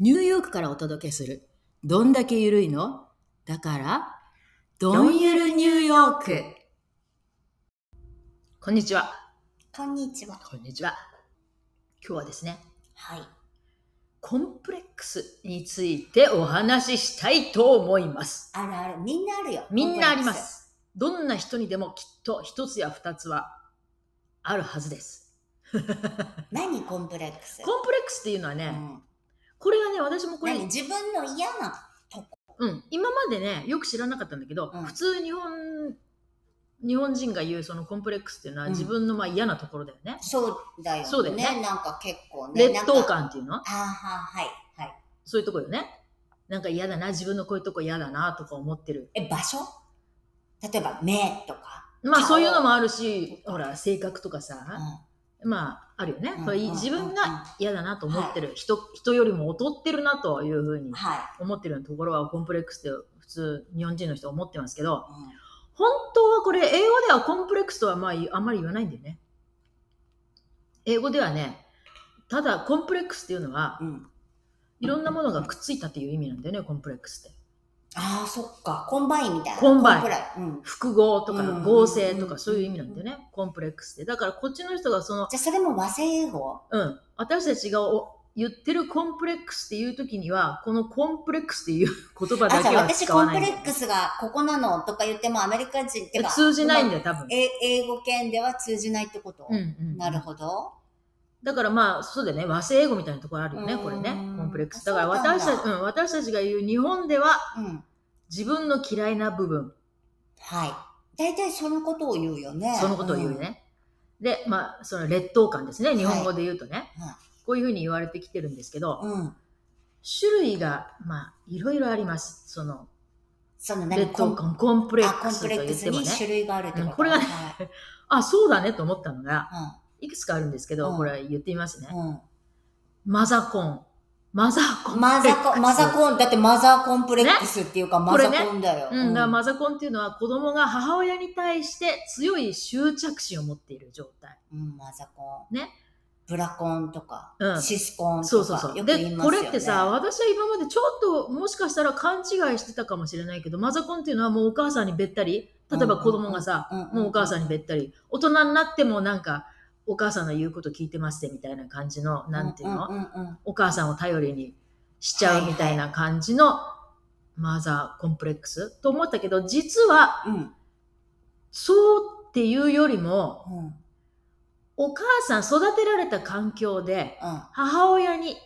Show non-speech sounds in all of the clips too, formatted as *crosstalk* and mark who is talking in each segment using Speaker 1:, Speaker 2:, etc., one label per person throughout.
Speaker 1: ニューヨークからお届けする。どんだけゆるいのだから、どんゆるニューヨーク。こんにちは。
Speaker 2: こんにちは。
Speaker 1: こんにちは。今日はですね、
Speaker 2: はい。
Speaker 1: コンプレックスについてお話ししたいと思います。
Speaker 2: あるある。みんなあるよ。
Speaker 1: みんなありま
Speaker 2: コンプレックス。
Speaker 1: す。どんな人にでもきっと一つや二つはあるはずです。
Speaker 2: 何コンプレックス
Speaker 1: コンプレックスっていうのは
Speaker 2: う
Speaker 1: ね、
Speaker 2: ん、
Speaker 1: これがね、私もこれ
Speaker 2: 何、自分の嫌な。
Speaker 1: うん、今までね、よく知らなかったんだけど、
Speaker 2: うん
Speaker 1: 普通日本、日本人が言うそのコンプレックスっていうのは
Speaker 2: うん
Speaker 1: 自分のまあ嫌なところだよね。
Speaker 2: そうだよね。
Speaker 1: そうだよね
Speaker 2: なんか結構ね。
Speaker 1: 劣等
Speaker 2: なんか。
Speaker 1: 感っていうの
Speaker 2: あーはーはい。はい。
Speaker 1: そういうとこよね。なんか嫌だな、自分のこういうとこ嫌だなとか思ってる。
Speaker 2: え、場所例えば、目とか。
Speaker 1: まあ
Speaker 2: 顔
Speaker 1: そういうのもあるし、ほら、性格とかさ、
Speaker 2: う
Speaker 1: まああるよね。
Speaker 2: うん
Speaker 1: これ
Speaker 2: うん
Speaker 1: 自分が嫌だなと思ってる、人、人よりも劣ってるなというふうんに
Speaker 2: は
Speaker 1: 思ってるようなところはコンプレックスって普通日本人の人思ってますけど、
Speaker 2: い。うん
Speaker 1: 本当はこれ英語ではコンプレックスとはまああんまり言わないんだよね。英語ではね、ただコンプレックスっていうのは
Speaker 2: うん。
Speaker 1: いろんなものがくっついたっていう意味なんだよね、コンプレックスって。
Speaker 2: ああ、そっか。コンバインみたいな。
Speaker 1: コンバイン
Speaker 2: プレうん。
Speaker 1: 複合とか
Speaker 2: うん
Speaker 1: 合成とかそういう意味なんだよね、コンプレックスって。だからこっちの人がその、
Speaker 2: じゃあ、それも和製英語
Speaker 1: うん、私たちがお言ってるコンプレックスっていう時には、このコンプレックスっていう言葉
Speaker 2: あ、
Speaker 1: だ
Speaker 2: じゃ
Speaker 1: け
Speaker 2: あ
Speaker 1: は
Speaker 2: 私
Speaker 1: 使
Speaker 2: コ
Speaker 1: わ
Speaker 2: ンプ
Speaker 1: ないんだ
Speaker 2: レ
Speaker 1: よ
Speaker 2: ックスがここなのとか言ってもアメリカ人ってか。
Speaker 1: 通じないんだよ、多分。
Speaker 2: え英語圏では通じないってこと、
Speaker 1: うんうん、
Speaker 2: なるほど。
Speaker 1: だからまあ、そうだよね。和製英語みたいなところあるよね、
Speaker 2: うん
Speaker 1: これね。コンプレックス。だ
Speaker 2: そう
Speaker 1: か
Speaker 2: な
Speaker 1: ら
Speaker 2: んだ
Speaker 1: 私たち、うん、私たちが言う日本では
Speaker 2: うん。
Speaker 1: 自分の嫌いな部分、
Speaker 2: はい。大体そのことを言うよね。
Speaker 1: そのことを言うね。で、まあ、その劣等感ですね。日本語で言うとね。
Speaker 2: はい
Speaker 1: こういうふうに言われてきてるんですけど、
Speaker 2: うん。うん。
Speaker 1: 種類が、まあ、いろいろあります。その、
Speaker 2: その何
Speaker 1: 劣等感、コンプレ
Speaker 2: あ
Speaker 1: ッ
Speaker 2: コ
Speaker 1: ク
Speaker 2: ン
Speaker 1: ス
Speaker 2: プ
Speaker 1: と
Speaker 2: レ
Speaker 1: 言
Speaker 2: ック
Speaker 1: っ
Speaker 2: ス
Speaker 1: ても
Speaker 2: に
Speaker 1: ね。
Speaker 2: 種類があるってこと、
Speaker 1: うんこれがね
Speaker 2: はい
Speaker 1: あ、そうだねと思ったのが、いくつかあるんですけど、
Speaker 2: うん
Speaker 1: これ言ってみますね。
Speaker 2: うん。
Speaker 1: マザコン。マザコ
Speaker 2: う
Speaker 1: ン。
Speaker 2: ん。マザコン、マザコン、だってマザーコンプレックスっていうか、
Speaker 1: ね
Speaker 2: マザコンだよ。
Speaker 1: うん、だから
Speaker 2: う
Speaker 1: マザコンっていうのは子供が母親に対して強い執着心を持っている状態。
Speaker 2: ん、マザコン。
Speaker 1: ね。
Speaker 2: ブラコンとか、
Speaker 1: うん
Speaker 2: シスコンとか。
Speaker 1: そうそうそう。
Speaker 2: よく言い
Speaker 1: で、
Speaker 2: ます
Speaker 1: こ
Speaker 2: よね。
Speaker 1: れってさ、、私は今までちょっともしかしたら勘違いしてたかもしれないけど、マザコンっていうのはもうお母さんにべったり、例えば子供がさ、
Speaker 2: うん
Speaker 1: もうお母さんにべったり、大人になってもなんか、お母さんの言うこと聞いてますってみたいな感じの、なんていうの、
Speaker 2: うんうんうんうん
Speaker 1: お母さんを頼りにしちゃうみたいな感じのマザーコンプレックスと思ったけど、実は
Speaker 2: うん。
Speaker 1: そうっていうよりも、
Speaker 2: うん。うん。
Speaker 1: お母さん育てられた環境で母親に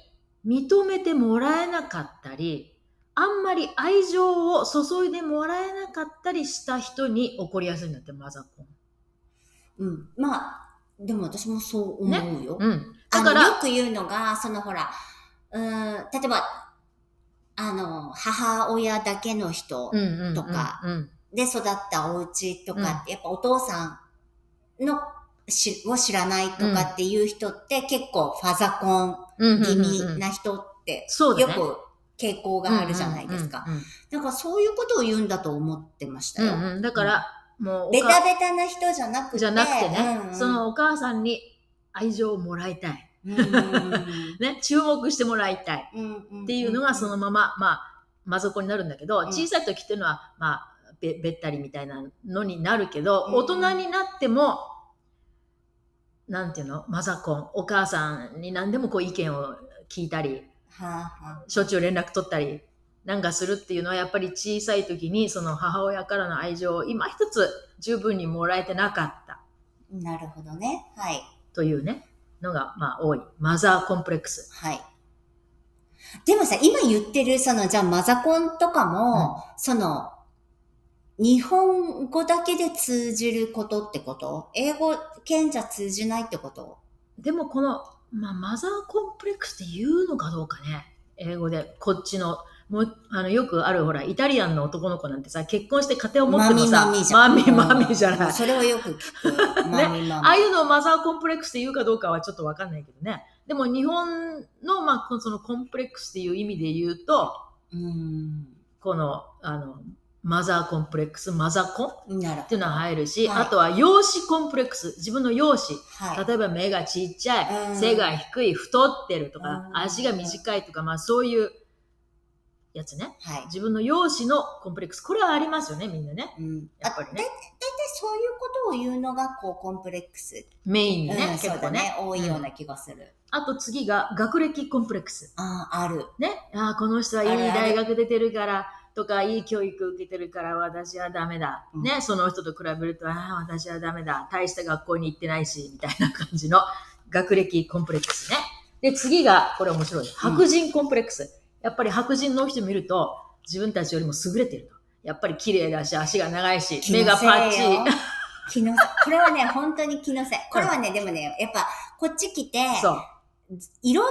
Speaker 1: 認めてもらえなかったりあんまり愛情を注いでもらえなかったりした人に起こりやすいんだってマザコン。
Speaker 2: うん。まあ、でも私もそう思うよ。
Speaker 1: うん、だか
Speaker 2: だかららよく言うのが、そのほら、うーん、例えば、あの、母親だけの人
Speaker 1: うんうんうん
Speaker 2: とか
Speaker 1: うん
Speaker 2: で育ったお家とかって、やっぱお父さんのしを知らないとかっていう人って結構ファザコン
Speaker 1: うんうん
Speaker 2: 気
Speaker 1: うん
Speaker 2: 味な人って
Speaker 1: そうだ
Speaker 2: よ
Speaker 1: ね
Speaker 2: く傾向があるじゃないですか。
Speaker 1: うんうん
Speaker 2: だからそういうことを言うんだと思ってましたよ。
Speaker 1: うんうんうんだから、もうお
Speaker 2: ベ
Speaker 1: 母
Speaker 2: タベタな人じゃなくて。
Speaker 1: じゃなくてね、
Speaker 2: うん
Speaker 1: そ、のお母さんに愛情をもらいたい、
Speaker 2: うんうん
Speaker 1: ね、注目してもらいたい
Speaker 2: うん
Speaker 1: っていうのがそのまま、まあ、マゾコンになるんだけど、
Speaker 2: ん
Speaker 1: 小さい時っていうのは、まあ、べべったりみたいなのになるけど、
Speaker 2: うん
Speaker 1: 大人になっても、なんていうのマザコン、お母さんに何でもこう意見を聞いたり、
Speaker 2: はあはあ
Speaker 1: しょっちゅう連絡取ったり、なんかするっていうのはやっぱり小さい時にその母親からの愛情を今一つ十分にもらえてなかった
Speaker 2: なるほどね。はい。
Speaker 1: というね、のがまあ多い。マザーコンプレックス。
Speaker 2: はい。でもさ、今言ってる、その、じゃあマザコンとかも、その、日本語だけで通じることってこと英語圏じゃ通じないってこと
Speaker 1: でもこの、まあ、マザーコンプレックスって言うのかどうかね。英語で、こっちの、もう、あの、よくあるほら、イタリアンの男の子なんてさ、結婚して家庭を持ってもさ、
Speaker 2: マミマミじゃん。
Speaker 1: マミマミじゃ
Speaker 2: う
Speaker 1: なんい。 *laughs*
Speaker 2: それをよく聞く。マミマミ。
Speaker 1: ああいうのをマザーコンプレックスって言うかどうかはちょっとわかんないけどね。でも日本の、まあ、こそのコンプレックスっていう意味で言うと、
Speaker 2: うん。
Speaker 1: この、あの、マザーコンプレックス、マザコンっ
Speaker 2: なる
Speaker 1: ていうのは入るし、
Speaker 2: はい
Speaker 1: あとは容姿コンプレックス、自分の容姿。
Speaker 2: はい。
Speaker 1: 例えば目がちっちゃい、
Speaker 2: うん
Speaker 1: 背が低い、太ってるとか、
Speaker 2: うん
Speaker 1: 足が短いとか、まあそういうやつね。
Speaker 2: はい。
Speaker 1: 自分の容姿のコンプレックス。これはありますよね、みんなね。
Speaker 2: うん。
Speaker 1: やっぱりね
Speaker 2: あだいたいそういうことを言うのが、こう、コンプレックス。
Speaker 1: メインにね、
Speaker 2: うん、
Speaker 1: 結
Speaker 2: そう
Speaker 1: 構
Speaker 2: だ
Speaker 1: ね
Speaker 2: ね。多いような気がする。
Speaker 1: あと次が学歴コンプレックス。
Speaker 2: ああ、ある。
Speaker 1: ね。ああ、この人はいい
Speaker 2: あるある
Speaker 1: 大学出てるからとか、いい教育受けてるから私はダメだ。
Speaker 2: うん
Speaker 1: ね。その人と比べると、ああ、私はダメだ。大した学校に行ってないし、みたいな感じの学歴コンプレックスね。で、次が、これ面白い。白人コンプレックス。やっぱり白人の人見ると、自分たちよりも優れてると。やっぱり綺麗だし、足が長いし、目がパッチリ。
Speaker 2: 気のせいよ。気のこれはね、本当に気のせい。これはね、でもね、やっぱ、こっち来て、
Speaker 1: そう。
Speaker 2: いろんな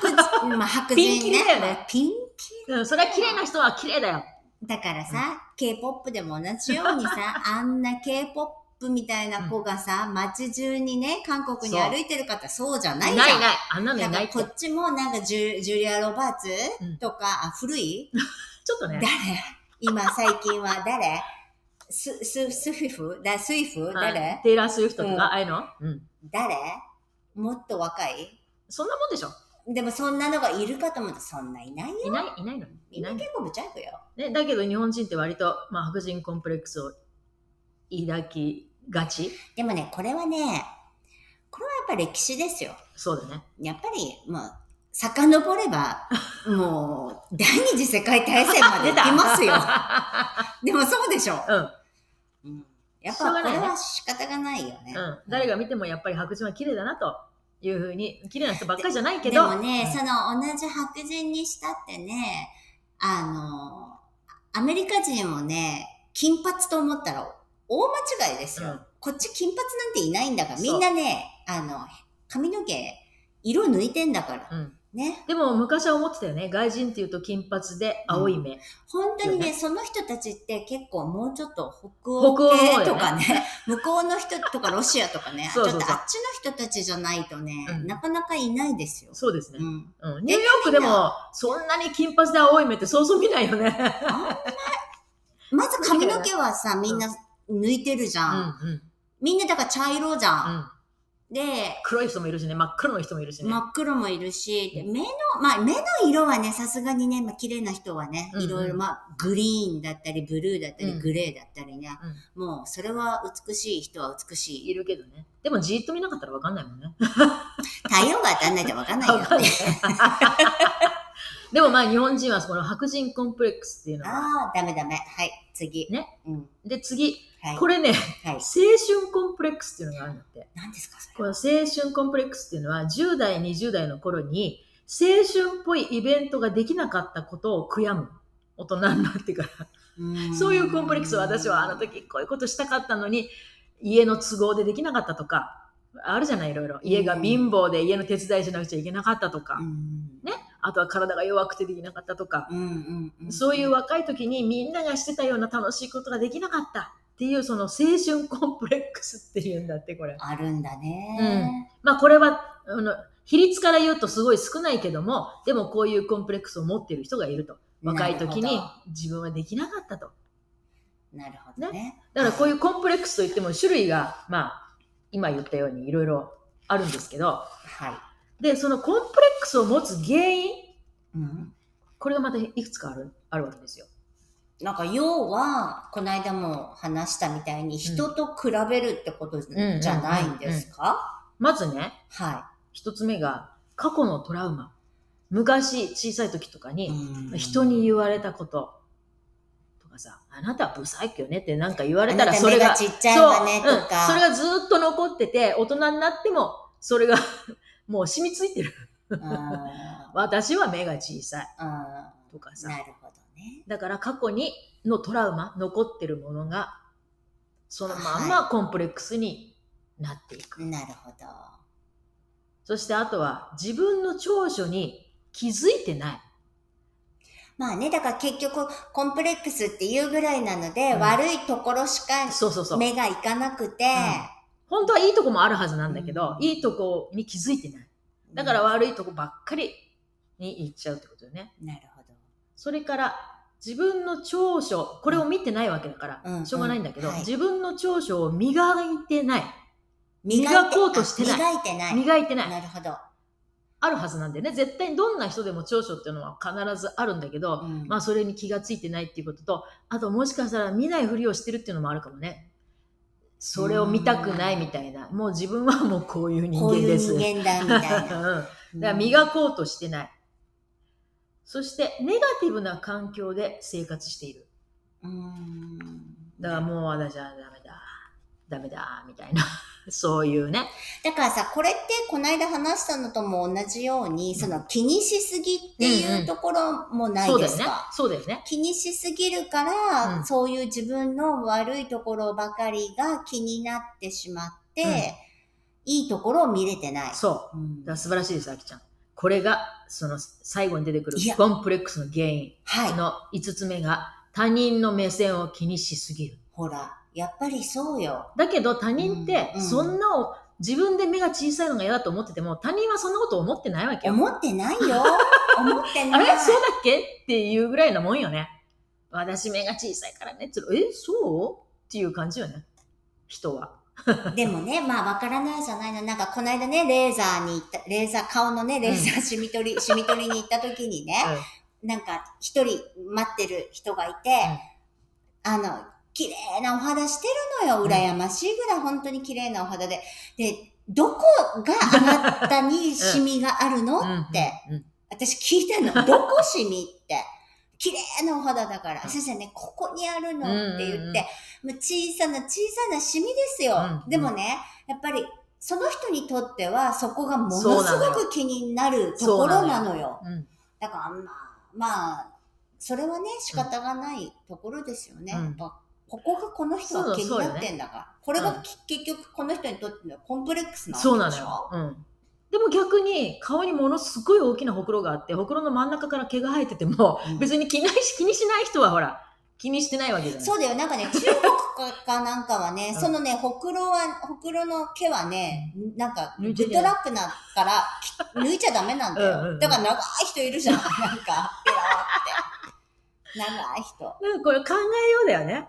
Speaker 2: 白
Speaker 1: *laughs*
Speaker 2: 人、まあ白人ね。
Speaker 1: ピンキリだよね
Speaker 2: まあピンキ
Speaker 1: うん、それは綺麗な人は綺麗だよ。
Speaker 2: リだからさ、K-POP でも同じようにさ、あんな K-POP みたいな子がさ、街中にね、韓国に
Speaker 1: そう
Speaker 2: 歩いてる方そうじゃな
Speaker 1: ないい
Speaker 2: じゃん。
Speaker 1: ない。あんなのい
Speaker 2: だか
Speaker 1: ない
Speaker 2: ら
Speaker 1: って。ち
Speaker 2: こ
Speaker 1: ょ
Speaker 2: っちもなんかジュジュリア・ロバーツ
Speaker 1: うん
Speaker 2: とか、あ、古い
Speaker 1: っとね
Speaker 2: 誰。今最近は誰ス、ス、スフィフだ、スイフ
Speaker 1: はい
Speaker 2: 誰
Speaker 1: テイラー・スウィフトとか、
Speaker 2: うん
Speaker 1: ああいうのうん。
Speaker 2: 誰もっと若い
Speaker 1: そんなもんでしょ
Speaker 2: でもそんなのがいるかと思うと、そんないないよ。
Speaker 1: いない、いないの
Speaker 2: み
Speaker 1: い
Speaker 2: ん
Speaker 1: な
Speaker 2: ない
Speaker 1: の
Speaker 2: 結構無茶苦よ。
Speaker 1: ね、だけど日本人って割と、まあ、白人コンプレックスを抱きがち
Speaker 2: でもね、これはね、これはやっぱ歴史ですよ。
Speaker 1: そうだね。
Speaker 2: やっぱり、もう、遡
Speaker 1: *laughs*
Speaker 2: れば、もう、第二次世界大戦まで行きま
Speaker 1: *laughs*
Speaker 2: すよ。でもそうでしょ。
Speaker 1: うん。
Speaker 2: うん、やっ
Speaker 1: しょうが
Speaker 2: ぱこ
Speaker 1: ないね
Speaker 2: れは仕方がないよね。
Speaker 1: うん。誰が見てもやっぱり白人は綺麗だなというふうに、綺麗な人ばっかりじゃないけ
Speaker 2: で
Speaker 1: ど。
Speaker 2: もね、
Speaker 1: うん
Speaker 2: その同じ白人にしたってね、あの、アメリカ人もね、金髪と思ったら大間違いですよ。
Speaker 1: うん
Speaker 2: こっち金髪なんていないんだから、
Speaker 1: そう
Speaker 2: みんなね、あの、髪の毛、色抜いてんだから、
Speaker 1: うん
Speaker 2: ね。
Speaker 1: でも昔は思ってたよね。外人っていうと金髪で青い目。
Speaker 2: 本当にね、
Speaker 1: そう
Speaker 2: その人たちって結構もうちょっと北
Speaker 1: 欧
Speaker 2: 欧
Speaker 1: の方よね
Speaker 2: 系とかね、 *laughs* 向こうの人とかロシアとかね、
Speaker 1: そうそうそう
Speaker 2: ちょっとあっちの人たちじゃないとね、
Speaker 1: うん
Speaker 2: なかなかいないですよ。
Speaker 1: そうですね
Speaker 2: う。ん
Speaker 1: うん。ニューヨークでもそんなに金髪で青い目ってそうそう見ないよね。
Speaker 2: まず髪の毛はさ、みんな抜いてる
Speaker 1: *laughs*
Speaker 2: じ
Speaker 1: う
Speaker 2: ゃ
Speaker 1: ん
Speaker 2: ん。
Speaker 1: うん。
Speaker 2: みんなだから茶色じ
Speaker 1: う
Speaker 2: ゃん。
Speaker 1: ん。
Speaker 2: で、
Speaker 1: 黒い人もいるしね、真っ黒の人もいるしね。
Speaker 2: 真っ黒もいるし、で目の、まあ目の色はね、さすがにね、まあ綺麗な人はね
Speaker 1: う、んうん
Speaker 2: いろいろ、まあグリーンだったり、ブルーだった
Speaker 1: う
Speaker 2: り、
Speaker 1: ん
Speaker 2: グレーだったりね。もうそれは美しい人は美し
Speaker 1: い
Speaker 2: い。
Speaker 1: るけどね。でもじーっと見なかったらわかんないもんね。
Speaker 2: 太陽が当たんないとわかんないよ
Speaker 1: *laughs* わかんない
Speaker 2: ね。
Speaker 1: でもまあ日本人はこの白人コンプレックスっていうのは。
Speaker 2: ああ、ダメダメ。はい、次。
Speaker 1: ね。
Speaker 2: うん。
Speaker 1: で次、
Speaker 2: はい。
Speaker 1: これね、
Speaker 2: はい
Speaker 1: 青。春コンプレックスっていうのがあるんだって。
Speaker 2: 何ですか、そ
Speaker 1: こ
Speaker 2: れ。
Speaker 1: の青春コンプレックスっていうのは10代、20代の頃に青春っぽいイベントができなかったことを悔やむ。大人になってから。
Speaker 2: うん
Speaker 1: そういうコンプレックスは私はあの。時こういうことしたかったのに家の都合でできなかったとか、あるじゃないいろいろ。家が貧乏で家の手伝いしなくちゃいけなかったとか
Speaker 2: う。ん。
Speaker 1: ねあとは体が弱くてできなかったとか、
Speaker 2: うんうんうん。
Speaker 1: そういう若い時にみんながしてたような楽しいことができなかったっていうその青春コンプレックスっていうんだってこれ。
Speaker 2: あるんだね。
Speaker 1: うんまあこれは、あの、比率から言うとすごい少ないけども、でもこういうコンプレックスを持ってる人がいると。若い時に自分はできなかったと。
Speaker 2: なるほど。なるほどね。
Speaker 1: だからこういうコンプレックスといっても種類が、まあ、今言ったようにいろいろあるんですけど、
Speaker 2: はい。
Speaker 1: で、そのコンプレックスを持つ原因、
Speaker 2: うん。
Speaker 1: これがまたいくつかある、あるわけですよ。
Speaker 2: なんか要は、この間も話したみたいに、人と比べるってことじ
Speaker 1: うん
Speaker 2: ゃないんですか
Speaker 1: まずね、
Speaker 2: は
Speaker 1: 一つ目が過去のトラウマ。昔、小さい時とか
Speaker 2: い
Speaker 1: に、。
Speaker 2: うん
Speaker 1: 人に言われたこととかさ、あなたはブサイクよねってなんか言わ
Speaker 2: あ
Speaker 1: れた
Speaker 2: な
Speaker 1: ら
Speaker 2: た
Speaker 1: それ
Speaker 2: 目
Speaker 1: が、
Speaker 2: がちっちゃいわねと
Speaker 1: そう、うん、それ
Speaker 2: か。
Speaker 1: がずーっと残ってて、大人になっても、それが *laughs* もう染みついてる。
Speaker 2: あ
Speaker 1: 私は目が小さい
Speaker 2: ーあ
Speaker 1: とか
Speaker 2: ー
Speaker 1: さ
Speaker 2: な。るほどね。
Speaker 1: だから過去にのトラウマ、残ってるものが、そのまんまコンプレックスになっていく。
Speaker 2: なるほど。
Speaker 1: そしてあとは自分の長所に気づいてない。
Speaker 2: まあね、だから結局、コンプレックスっていうぐらいなので、
Speaker 1: うん
Speaker 2: 悪いところしか
Speaker 1: そうそうそう。
Speaker 2: 目がいかなくて、
Speaker 1: 本当はいいとこもあるはずなんだけど、
Speaker 2: うん
Speaker 1: いいとこに気づいてない。だから悪いとこばっかりに行っちゃうってことよね。
Speaker 2: なるほど。
Speaker 1: それから、自分の長所、これを見てないわけだから、
Speaker 2: うん
Speaker 1: しょうがないんだけど、
Speaker 2: うんはい
Speaker 1: 自分の長所を磨いてない。
Speaker 2: 磨いて
Speaker 1: 磨こうとしてない
Speaker 2: あ磨いてない。
Speaker 1: 磨いてない。
Speaker 2: なるほど。
Speaker 1: あるはずなんでね、絶対にどんな人でも長所っていうのは必ずあるんだけど、
Speaker 2: うん
Speaker 1: まあそれに気がついてないっていうことと、あともしかしたら見ないふりをしてるっていうのもあるかもね。それを見たくないみたいな。もう自分はもうこういう人
Speaker 2: こう
Speaker 1: 間
Speaker 2: いう
Speaker 1: です。
Speaker 2: 人間だ、みたい
Speaker 1: う
Speaker 2: な。
Speaker 1: ん *laughs* だから磨こうとしてない。そして、ネガティブな環境で生活している。
Speaker 2: うん。
Speaker 1: だからもう私はダメだ、ダメだ、みたいな。 *laughs* そういうね。
Speaker 2: だからさ、これってこないだ話したのとも同じように、その気にしすぎって
Speaker 1: うんう
Speaker 2: い
Speaker 1: ん
Speaker 2: うところもな
Speaker 1: そ
Speaker 2: いう
Speaker 1: だ
Speaker 2: で
Speaker 1: よ
Speaker 2: す
Speaker 1: ね
Speaker 2: か。。
Speaker 1: そうだよね。
Speaker 2: 気にしすぎるから、
Speaker 1: うん
Speaker 2: そういう自分の悪いところばかりが気になってしまって、
Speaker 1: うん
Speaker 2: いいところを見れてない。
Speaker 1: そう。
Speaker 2: うん
Speaker 1: だから素晴らしいです、あきちゃん。これが、その最後に出てくる
Speaker 2: いや
Speaker 1: コンプレックスの原因
Speaker 2: はい。
Speaker 1: の5つ目が、他人の目線を気にしすぎる。
Speaker 2: ほら、やっぱりそうよ。
Speaker 1: だけど他人って
Speaker 2: う、ん
Speaker 1: そんなを、自分で目が小さいのが嫌だと思ってても、他人はそんなこと思ってないわけよ。
Speaker 2: 思ってない
Speaker 1: *laughs*
Speaker 2: よ。思って
Speaker 1: あ
Speaker 2: な
Speaker 1: れ
Speaker 2: い。
Speaker 1: そうだっけっていうぐらいのもんよね。私目が小さいからね。つるえ、そうっていう感じよね。人は。
Speaker 2: *laughs* でもね、まあわからないじゃないの。なんかこの間ね、レーザーに行った、レーザー、顔のね、レーザー染み取り、
Speaker 1: *laughs*
Speaker 2: 染み取りに行った時にね、なんか一人待ってる人がいて、あの、綺麗なお肌してるのよ。
Speaker 1: うん
Speaker 2: 羨ましいぐらい本当に綺麗なお肌で。で、どこがあなたにシミがあるの、
Speaker 1: うん
Speaker 2: って。
Speaker 1: うんうん
Speaker 2: 私聞
Speaker 1: *laughs*
Speaker 2: いてんの。どこシミって。綺麗なお肌だから、先生ね、ここにあるのって言って、
Speaker 1: うんうんうん
Speaker 2: もう小さな小さなシミですよ。
Speaker 1: うんうん
Speaker 2: でもね、やっぱり、その人にとっては、そこがものす
Speaker 1: そう
Speaker 2: ご
Speaker 1: なのよ
Speaker 2: く気になるところなのよ。
Speaker 1: うん。
Speaker 2: だから、まあ、まあ、それはね、仕方がないところですよね。
Speaker 1: うん
Speaker 2: やっぱここがこの人は気になってんだから。これがき、結局この人にとってのコンプレックスなわけでしょ
Speaker 1: そうなのよ。うん。でも逆に顔にものすごい大きなほくろがあって、ほくろの真ん中から毛が生えてても、
Speaker 2: うん
Speaker 1: 別に気ないし気にしない人はほら、気にしてないわけじゃない。
Speaker 2: そうだよ。なん
Speaker 1: *laughs*
Speaker 2: かね、中国かなんかはね、
Speaker 1: うん
Speaker 2: そのね、ほくろは、ほくろの毛はね、なんか、グ
Speaker 1: 抜いちゃい
Speaker 2: ッ
Speaker 1: け
Speaker 2: ド
Speaker 1: ない
Speaker 2: ラックなから、き抜いちゃダメなんだ
Speaker 1: う
Speaker 2: よ。
Speaker 1: んうんうん
Speaker 2: だから長い人い
Speaker 1: *laughs*
Speaker 2: るじゃん。なんか、ペラーって。長い人。
Speaker 1: なんかこれ考えようだよね。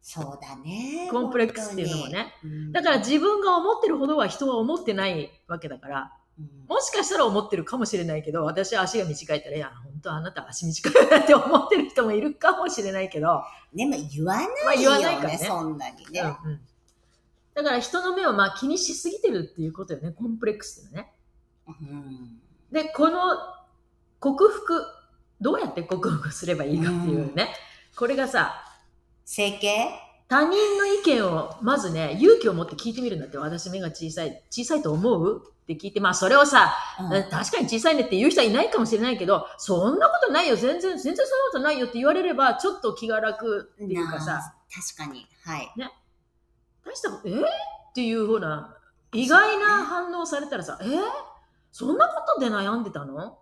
Speaker 2: そうだね。
Speaker 1: コンプレックスっていうのもね。
Speaker 2: 本当に。
Speaker 1: だから自分が思ってるほどは人は思ってないわけだから、
Speaker 2: うん
Speaker 1: もしかしたら思ってるかもしれないけど、私は足が短いったら、いや、本当あなた足短いなって思ってる人もいるかもしれないけど、
Speaker 2: でも言わ
Speaker 1: まあ
Speaker 2: ない
Speaker 1: 言
Speaker 2: よ
Speaker 1: わ
Speaker 2: ね、
Speaker 1: ないからね
Speaker 2: そんなにね。
Speaker 1: うんうんだから人の目をまあ気にしすぎてるっていうことよね、コンプレックスっていうのね。
Speaker 2: うん
Speaker 1: で、この克服、どうやって克服すればいいかっていうね、これがさ、
Speaker 2: 整形
Speaker 1: 他人の意見をまずね、勇気を持って聞いてみるんだって、私目が小さい、小さいと思うって聞いて、まあそれをさ、
Speaker 2: う
Speaker 1: 確
Speaker 2: ん
Speaker 1: かに小さいねって言う人はいないかもしれないけど、そんなことないよ、全然、全然そんなことないよって言われれば、ちょっと気が楽っていうか
Speaker 2: な
Speaker 1: さ、
Speaker 2: あ確かに。はい。
Speaker 1: 大したこと、えーっていうふうな、意外な反応されたらさ、えーそんなことで悩んでたの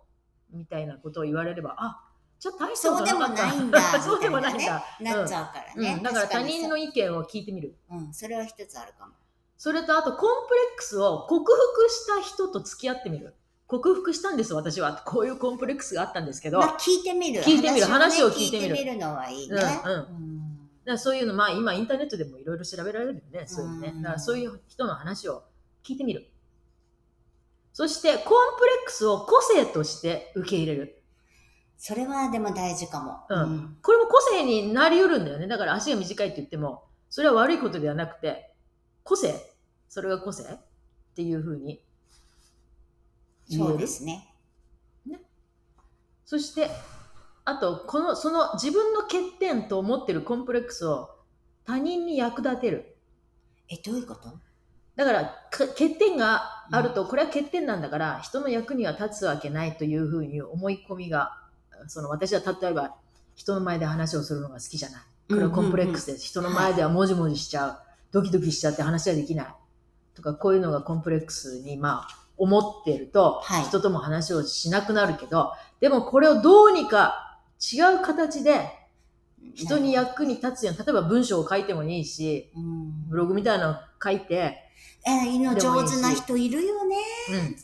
Speaker 1: みたいなことを言われれば、あ、じゃあ大したことかった
Speaker 2: そうでもな
Speaker 1: そうでも *laughs* な
Speaker 2: いんだ
Speaker 1: いん
Speaker 2: みたい
Speaker 1: だ。
Speaker 2: なっちゃうからね。
Speaker 1: うん、だから
Speaker 2: 確
Speaker 1: 他
Speaker 2: に
Speaker 1: 人の意見を聞いてみる。
Speaker 2: うん、それは一つあるかも。
Speaker 1: それとあとコンプレックスを克服した人と付き合ってみる。克服したんです私は。こういうコンプレックスがあったんですけど。
Speaker 2: まあ、聞いてみる。
Speaker 1: 聞いてみる話を
Speaker 2: ね
Speaker 1: 聞いてみる
Speaker 2: 聞いてみるのはいいね。
Speaker 1: うんうん
Speaker 2: うん
Speaker 1: だからそういうの、まあ今インターネットでもいろいろ調べられるよね、そういうね
Speaker 2: う。ん
Speaker 1: だからそういう人の話を聞いてみる。そして、コンプレックスを個性として受け入れる。
Speaker 2: それはでも大事かも。
Speaker 1: うんこれも個性になりうるんだよね。だから足が短いって言っても、それは悪いことではなくて、個性それが個性っていうふうに言える。
Speaker 2: そうですね。
Speaker 1: そして、あと、この、その自分の欠点と思ってるコンプレックスを他人に役立てる。
Speaker 2: え、どういうこと
Speaker 1: だから、か欠点があると、これは欠点なんだから、人の役には立つわけないというふうに思い込みが、その私は例えば、人の前で話をするのが好きじゃない。これはコンプレックスです。人の前ではもじもじしちゃう。ドキドキしちゃって話はできない。とか、こういうのがコンプレックスに、まあ、思ってると、
Speaker 2: はい
Speaker 1: 人とも話をしなくなるけど、でもこれをどうにか違う形で
Speaker 2: うんうん。
Speaker 1: 人に役に立つように、例えば文章を書いてもいいし、
Speaker 2: うん
Speaker 1: ブログみたいなのを書いて、
Speaker 2: えー、の上手な人いるよね。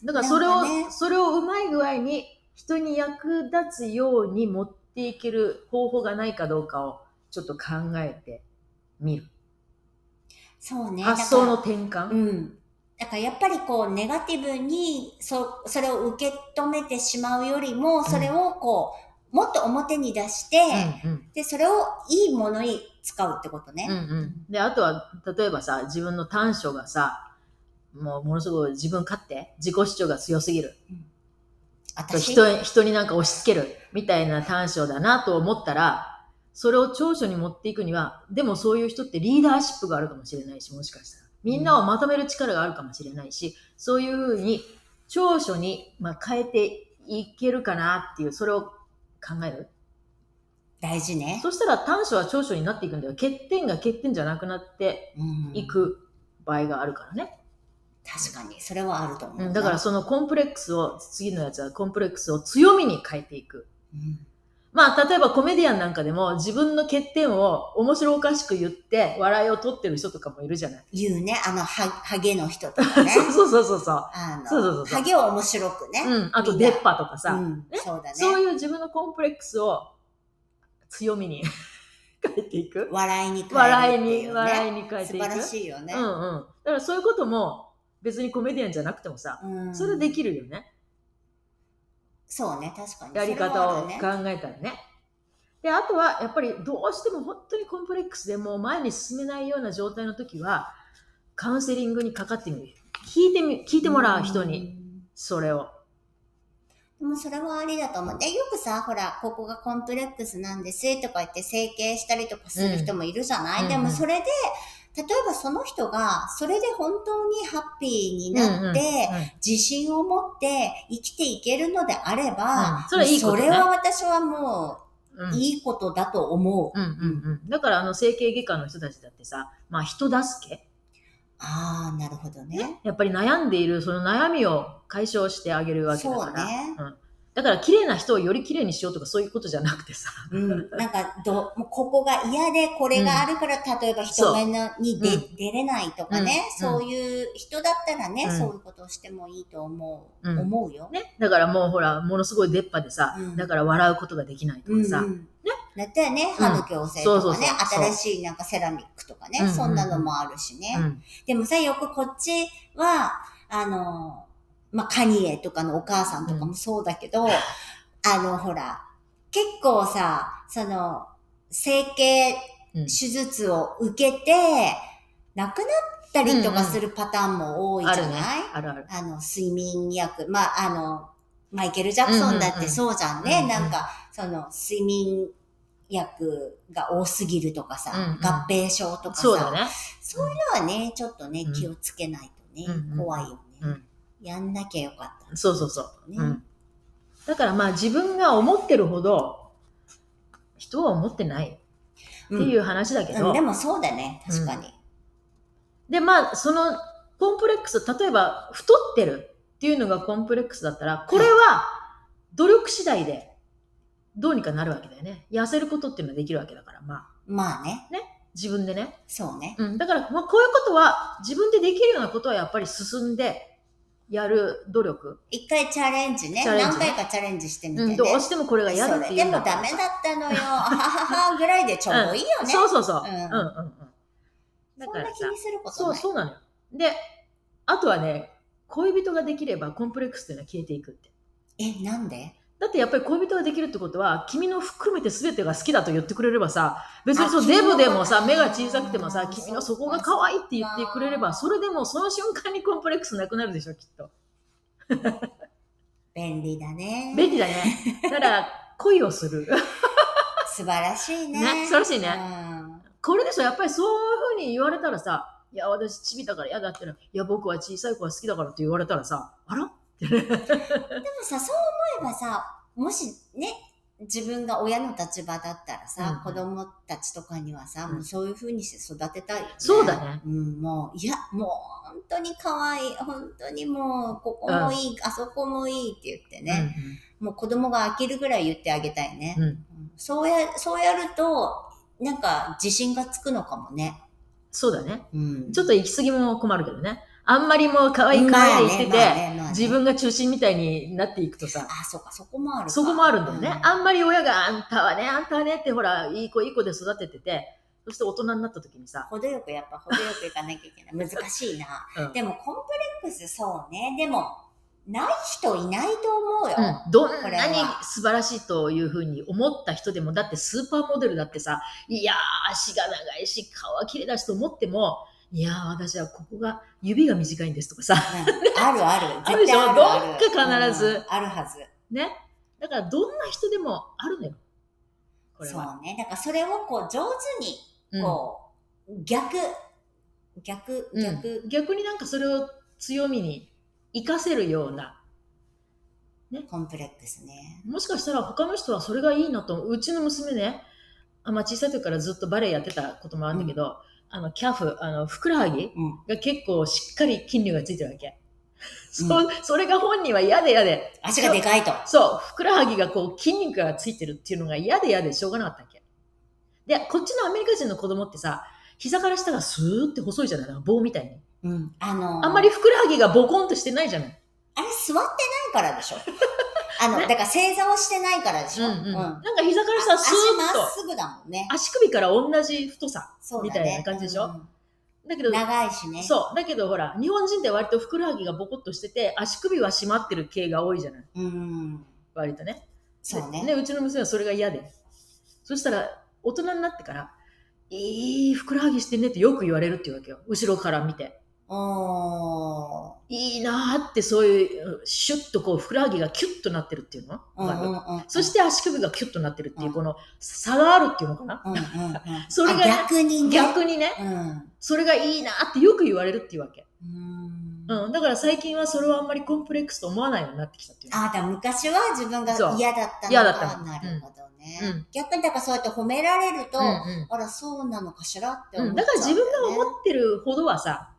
Speaker 1: うん。だからそれを、
Speaker 2: なんかね
Speaker 1: それをうまい具合に人に役立つように持っていける方法がないかどうかをちょっと考えてみる。
Speaker 2: そうね。
Speaker 1: 発想の
Speaker 2: だか
Speaker 1: 転
Speaker 2: ら
Speaker 1: 換。
Speaker 2: うん。だからやっぱりこう、ネガティブに、そ、それを受け止めてしまうよりも、それをこう、もっと表に出して、
Speaker 1: うんうん
Speaker 2: で、それをいいものに使うってことね。
Speaker 1: うんうん、であとは例えばさ自分の短所がさもうものすごい自分勝手自己主張が強すぎる
Speaker 2: 私、
Speaker 1: 人へ人になんか押し付けるみたいな短所だなと思ったらそれを長所に持っていくにはでもそういう人ってリーダーシップがあるかもしれないしもしかしたらみんなをまとめる力があるかもしれないしそういうふうに長所に、まあ、変えていけるかなっていうそれを考える
Speaker 2: 大事ね。
Speaker 1: そしたら短所は長所になっていくんだよ欠点が欠点じゃなくなって
Speaker 2: うん
Speaker 1: 行く場合があるからね。
Speaker 2: 確かに、それはあると思う
Speaker 1: う
Speaker 2: な。
Speaker 1: ん、だからそのコンプレックスを、次のやつはコンプレックスを強みに変えていく。
Speaker 2: うん、
Speaker 1: まあ、例えばコメディアンなんかでも自分の欠点を面白おかしく言って笑いを取ってる人とかもいるじゃない。
Speaker 2: 言うね、あの、は、ハゲの人とかね。
Speaker 1: *laughs* そうそうそうそうそう。
Speaker 2: あの
Speaker 1: そうそうそうそう
Speaker 2: ハゲを面白くね。
Speaker 1: うん。あと出っ歯とかさ、
Speaker 2: うんそうだね。
Speaker 1: そういう自分のコンプレックスを強み
Speaker 2: *laughs*
Speaker 1: に変えていく。
Speaker 2: 笑いに変えるって
Speaker 1: 笑い
Speaker 2: い
Speaker 1: に、
Speaker 2: うね
Speaker 1: 笑いに変えて
Speaker 2: 素晴
Speaker 1: いく。
Speaker 2: らしいよね
Speaker 1: う。んうん。だからそういうことも別にコメディアンじゃなくてもさ、
Speaker 2: うん
Speaker 1: それできるよね。
Speaker 2: そうね、確かに。
Speaker 1: やり方を
Speaker 2: そ
Speaker 1: 考
Speaker 2: れ
Speaker 1: え
Speaker 2: はあるね
Speaker 1: たらね。で、あとはやっぱりどうしても本当にコンプレックスでもう前に進めないような状態の時は、カウンセリングにかかってみる。聞いてみ、聞いてもらう人に、。それを。
Speaker 2: うんでもそれはありだと思う。で、よくさ、ほら、ここがコンプレックスなんですとか言って整形したりとかする人もいるじゃない、
Speaker 1: うん
Speaker 2: で
Speaker 1: うんう
Speaker 2: も
Speaker 1: ん
Speaker 2: それで、例えばその人が、それで本当にハッピーになって、自信を持って生きていけるのであれ
Speaker 1: う
Speaker 2: ば、
Speaker 1: んそれはいいことね
Speaker 2: それは私はも
Speaker 1: うん
Speaker 2: う、いいことだと思う。
Speaker 1: うんうんうん。だからあの整形外科の人たちだってさ、まあ人助け。
Speaker 2: ああ、なるほどね。
Speaker 1: やっぱり悩んでいるその悩みを解消してあげるわけだ
Speaker 2: そ
Speaker 1: か
Speaker 2: う
Speaker 1: ら。
Speaker 2: ね。
Speaker 1: だから綺麗な人をより綺麗にしようとかそういうことじゃなくてさ。
Speaker 2: うん。なんか、ど、もうここが嫌で、これがあるから、例えば人目のに出、
Speaker 1: う
Speaker 2: 出れないとかね、
Speaker 1: うん
Speaker 2: そういう人だったらね、
Speaker 1: うん
Speaker 2: そういうことをしてもいいと思う、
Speaker 1: うん
Speaker 2: 思うよ。
Speaker 1: ね。だからもうほら、ものすごい出っ歯でさ、
Speaker 2: うん
Speaker 1: だから笑うことができないと
Speaker 2: う
Speaker 1: か
Speaker 2: ん、
Speaker 1: さ。
Speaker 2: うん。だったらね、歯の矯正
Speaker 1: そう
Speaker 2: と
Speaker 1: そう
Speaker 2: かね、
Speaker 1: そう
Speaker 2: 新しいなんかセラミックとかね、
Speaker 1: うんうん
Speaker 2: そんなのもあるしね。
Speaker 1: うん
Speaker 2: でもさ、よくこっちは、あの、まあ、カニエとかのお母さんとかもそうだけど、あの、ほら、結構さ、その、整形
Speaker 1: うん
Speaker 2: 手術を受けて、亡くなったりとかするパターンも多いじゃない、
Speaker 1: あるある。
Speaker 2: あの、睡眠薬、まあ、あの、マイケル・ジャクソンだ
Speaker 1: うんう
Speaker 2: っ
Speaker 1: んう
Speaker 2: て
Speaker 1: ん
Speaker 2: そうじゃんね。
Speaker 1: うんうん
Speaker 2: なんか、その、睡眠薬が多すぎるとかさ、
Speaker 1: うんうん
Speaker 2: 合併症とかさ、
Speaker 1: そうだね。
Speaker 2: そういうのはね、ちょっとね
Speaker 1: う、ん
Speaker 2: 気をつけないとね、
Speaker 1: うんうん
Speaker 2: 怖いよね、
Speaker 1: うん
Speaker 2: やんなきゃよかった。
Speaker 1: そうそうそう。
Speaker 2: ね
Speaker 1: うん。だからまあ自分が思ってるほど、人は思ってないっていう話だけ
Speaker 2: うん
Speaker 1: ど、
Speaker 2: でもそうだね、確かに。
Speaker 1: でまあそのコンプレックス、例えば太ってるっていうのがコンプレックスだったら、これは努力次第でどうにかなるわけだよね。痩せることっていうのはできるわけだから、まあ
Speaker 2: まあね、
Speaker 1: 自分でね。
Speaker 2: そうね。
Speaker 1: うん。だからまあこういうことは自分でできるようなことはやっぱり進んでやる努力。
Speaker 2: 一回チャレンジね
Speaker 1: チャレンジ
Speaker 2: 何
Speaker 1: ね
Speaker 2: 回かチャレンジしてみて
Speaker 1: う
Speaker 2: ね。
Speaker 1: ん、どうしてもこれが嫌だ
Speaker 2: そ
Speaker 1: っ
Speaker 2: れ
Speaker 1: てい
Speaker 2: で
Speaker 1: うん
Speaker 2: も
Speaker 1: だった
Speaker 2: ダ
Speaker 1: ら
Speaker 2: メだったのよ、あはははぐらいでちょうどいいよね。
Speaker 1: そうそうそう。
Speaker 2: う
Speaker 1: うんんうんうん。だ
Speaker 2: そ
Speaker 1: か
Speaker 2: んな
Speaker 1: ら
Speaker 2: 気
Speaker 1: さ、
Speaker 2: にすること
Speaker 1: そ
Speaker 2: な
Speaker 1: う
Speaker 2: い。
Speaker 1: そうなのよ。で、あとはね、恋人ができればコンプレックスっていうのは消えていくって。
Speaker 2: え、なんで
Speaker 1: だってやっぱり恋人ができるってことは、君の含めて全てが好きだと言ってくれればさ、別にそ
Speaker 2: あ
Speaker 1: うデブでも
Speaker 2: 君
Speaker 1: さ、
Speaker 2: の
Speaker 1: 目が小さくても
Speaker 2: あ
Speaker 1: さ、
Speaker 2: ー
Speaker 1: 君のそこが可愛いって言ってくれれば、
Speaker 2: そ
Speaker 1: それでもうその瞬間にコンプレックスなくなるでしょ、きっと。
Speaker 2: 便利だね。
Speaker 1: 便利だね。だから、恋をする。
Speaker 2: 素晴らしいね。
Speaker 1: ね素晴らしいね
Speaker 2: うん
Speaker 1: これでしょやっぱりそういうふうに言われたらさ、いや、私、チビだから嫌だってな、いや、僕は小さい子が好きだからって言われたらさ、あら
Speaker 2: でもさ、そう思えばさ、もしね、自分が親の立場だったらさ、
Speaker 1: うん
Speaker 2: 子供たちとかにはさ、
Speaker 1: うん
Speaker 2: もうそういう風にして育てたいよ、ね。
Speaker 1: そうだね。
Speaker 2: うん、もう、いや、もう本当に可愛い、本当にもう、ここもいい、あそこもいいって言ってね、もう子供が飽きるぐらい言ってあげたいね。
Speaker 1: うんうん。うん
Speaker 2: そうや、そうやると、なんか自信がつくのかもね。
Speaker 1: そうだね。
Speaker 2: うん。
Speaker 1: ちょっと行き過ぎも困るけどね。あんまりもう可愛い可
Speaker 2: まあ
Speaker 1: 愛い
Speaker 2: ね
Speaker 1: 言ってて、
Speaker 2: まあねまあね
Speaker 1: 自分が中心みたいになっていくとさ、
Speaker 2: あ、そうか、そこもあるか。
Speaker 1: そこもあるんだよね。
Speaker 2: あ
Speaker 1: あんまり親があんたはね、あんたはねってほら、いい子いい子で育ててて、そして大人になった時にさ、
Speaker 2: 程よくやっぱ程よくいかなきゃいけない。難しいな。
Speaker 1: うん
Speaker 2: でもコンプレックスそうね。でも、ない人いないと思うよ。
Speaker 1: うんどん
Speaker 2: これ
Speaker 1: なに
Speaker 2: は
Speaker 1: 素晴らしいというふうに思った人でも、だってスーパーモデルだってさ、いやー、足が長いし、顔は綺麗だしと思っても、いやー、私はここが、指が短いんですとかさ、 *laughs*
Speaker 2: うんあるある。
Speaker 1: あるでし
Speaker 2: 絶
Speaker 1: ょ
Speaker 2: 対あるある。
Speaker 1: どっか必ず
Speaker 2: うんあるはず。
Speaker 1: ね。だからどんな人でもあるのよ。これ
Speaker 2: そ
Speaker 1: は。
Speaker 2: うね。だからそれをこう上手に、
Speaker 1: うん
Speaker 2: こう、逆、逆、
Speaker 1: う
Speaker 2: 逆
Speaker 1: ん、逆になんかそれを強みに活かせるような
Speaker 2: コンプレックスね。
Speaker 1: もしかしたら他の人はそれがいいなと思ううちの娘ねあ、まあ、小さい時からずっとバレエやってたこともあるんだけど、あのキャフあのふくらはぎ
Speaker 2: うん。
Speaker 1: が結構しっかり筋肉がついてるわけ、
Speaker 2: うん
Speaker 1: *laughs* そそれが本人は嫌で嫌で
Speaker 2: 足がでかいと。
Speaker 1: そうふくらはぎがこう筋肉がついてるっていうのが嫌で嫌でしょうがなかったわけでこっちのアメリカ人の子供ってさ膝から下がスーって細いじゃないなんか棒みたいに
Speaker 2: うん。あの、
Speaker 1: あんまりふくらはぎがボコンとしてないじゃない
Speaker 2: あれ座ってないから
Speaker 1: *laughs*
Speaker 2: でしょ。あの、だから正座をしてないからでしょ。
Speaker 1: うんうん、なんか膝からさ、
Speaker 2: 足
Speaker 1: スーッ
Speaker 2: まっ
Speaker 1: と、
Speaker 2: すぐだもんね。
Speaker 1: 足首から同じ太さ。
Speaker 2: そうだ
Speaker 1: みたい
Speaker 2: ね
Speaker 1: な。感じでしょ
Speaker 2: うん
Speaker 1: だけど、
Speaker 2: 長いしね。
Speaker 1: そう。だけどほら、日本人って割とふくらはぎがボコッとしてて、足首は締まってる系が多いじゃない。
Speaker 2: うん。
Speaker 1: 割とね。
Speaker 2: そうね。
Speaker 1: でうちの娘はそれが嫌で。そしたら、大人になってから、いいふくらはぎしてねってよく言われるっていうわけよ。後ろから見て。
Speaker 2: おー。
Speaker 1: いいなーって、そういう、シュッとこう、ふくらはぎがキュッとなってるっていうの、
Speaker 2: うんうん
Speaker 1: わかる
Speaker 2: うんうん、
Speaker 1: そして足首がキュッとなってるっていうう、
Speaker 2: ん
Speaker 1: この差があるっていうのかな、
Speaker 2: うんうんうん、
Speaker 1: それがね
Speaker 2: あ逆にね。
Speaker 1: 逆にね。
Speaker 2: うん。
Speaker 1: それがいいなってよく言われるっていうわけ。
Speaker 2: うん
Speaker 1: うん。だから最近はそれをあんまりコンプレックスと思わないようになってきたっていう。
Speaker 2: ああ、だから昔は自分が
Speaker 1: そう
Speaker 2: 嫌だったのか。
Speaker 1: 嫌だったの
Speaker 2: なるほどね。
Speaker 1: うんうん
Speaker 2: 逆に、だからそうやって褒められると、
Speaker 1: うん
Speaker 2: あら、そうなのかしらって
Speaker 1: うんう
Speaker 2: 思っ
Speaker 1: ん。
Speaker 2: ちゃ
Speaker 1: だ
Speaker 2: う、
Speaker 1: から自分が思ってるほどはさ、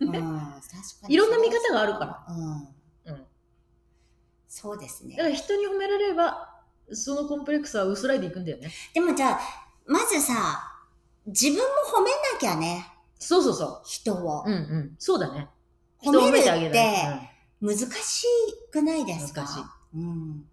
Speaker 2: ね。うん、確かに。。
Speaker 1: いろんな見方があるから
Speaker 2: うん。
Speaker 1: うん。
Speaker 2: そうですね
Speaker 1: だか。ら人に褒められれば、そのコンプレックスは薄らいでいくんだよね。
Speaker 2: でもじゃあ、まずさ、自分も褒めなきゃね、
Speaker 1: そうそうそ
Speaker 2: 人
Speaker 1: う。
Speaker 2: を。
Speaker 1: うんうん。そうだね。
Speaker 2: 褒めるって
Speaker 1: 人をない
Speaker 2: 難しくないですか
Speaker 1: 難しい
Speaker 2: うん。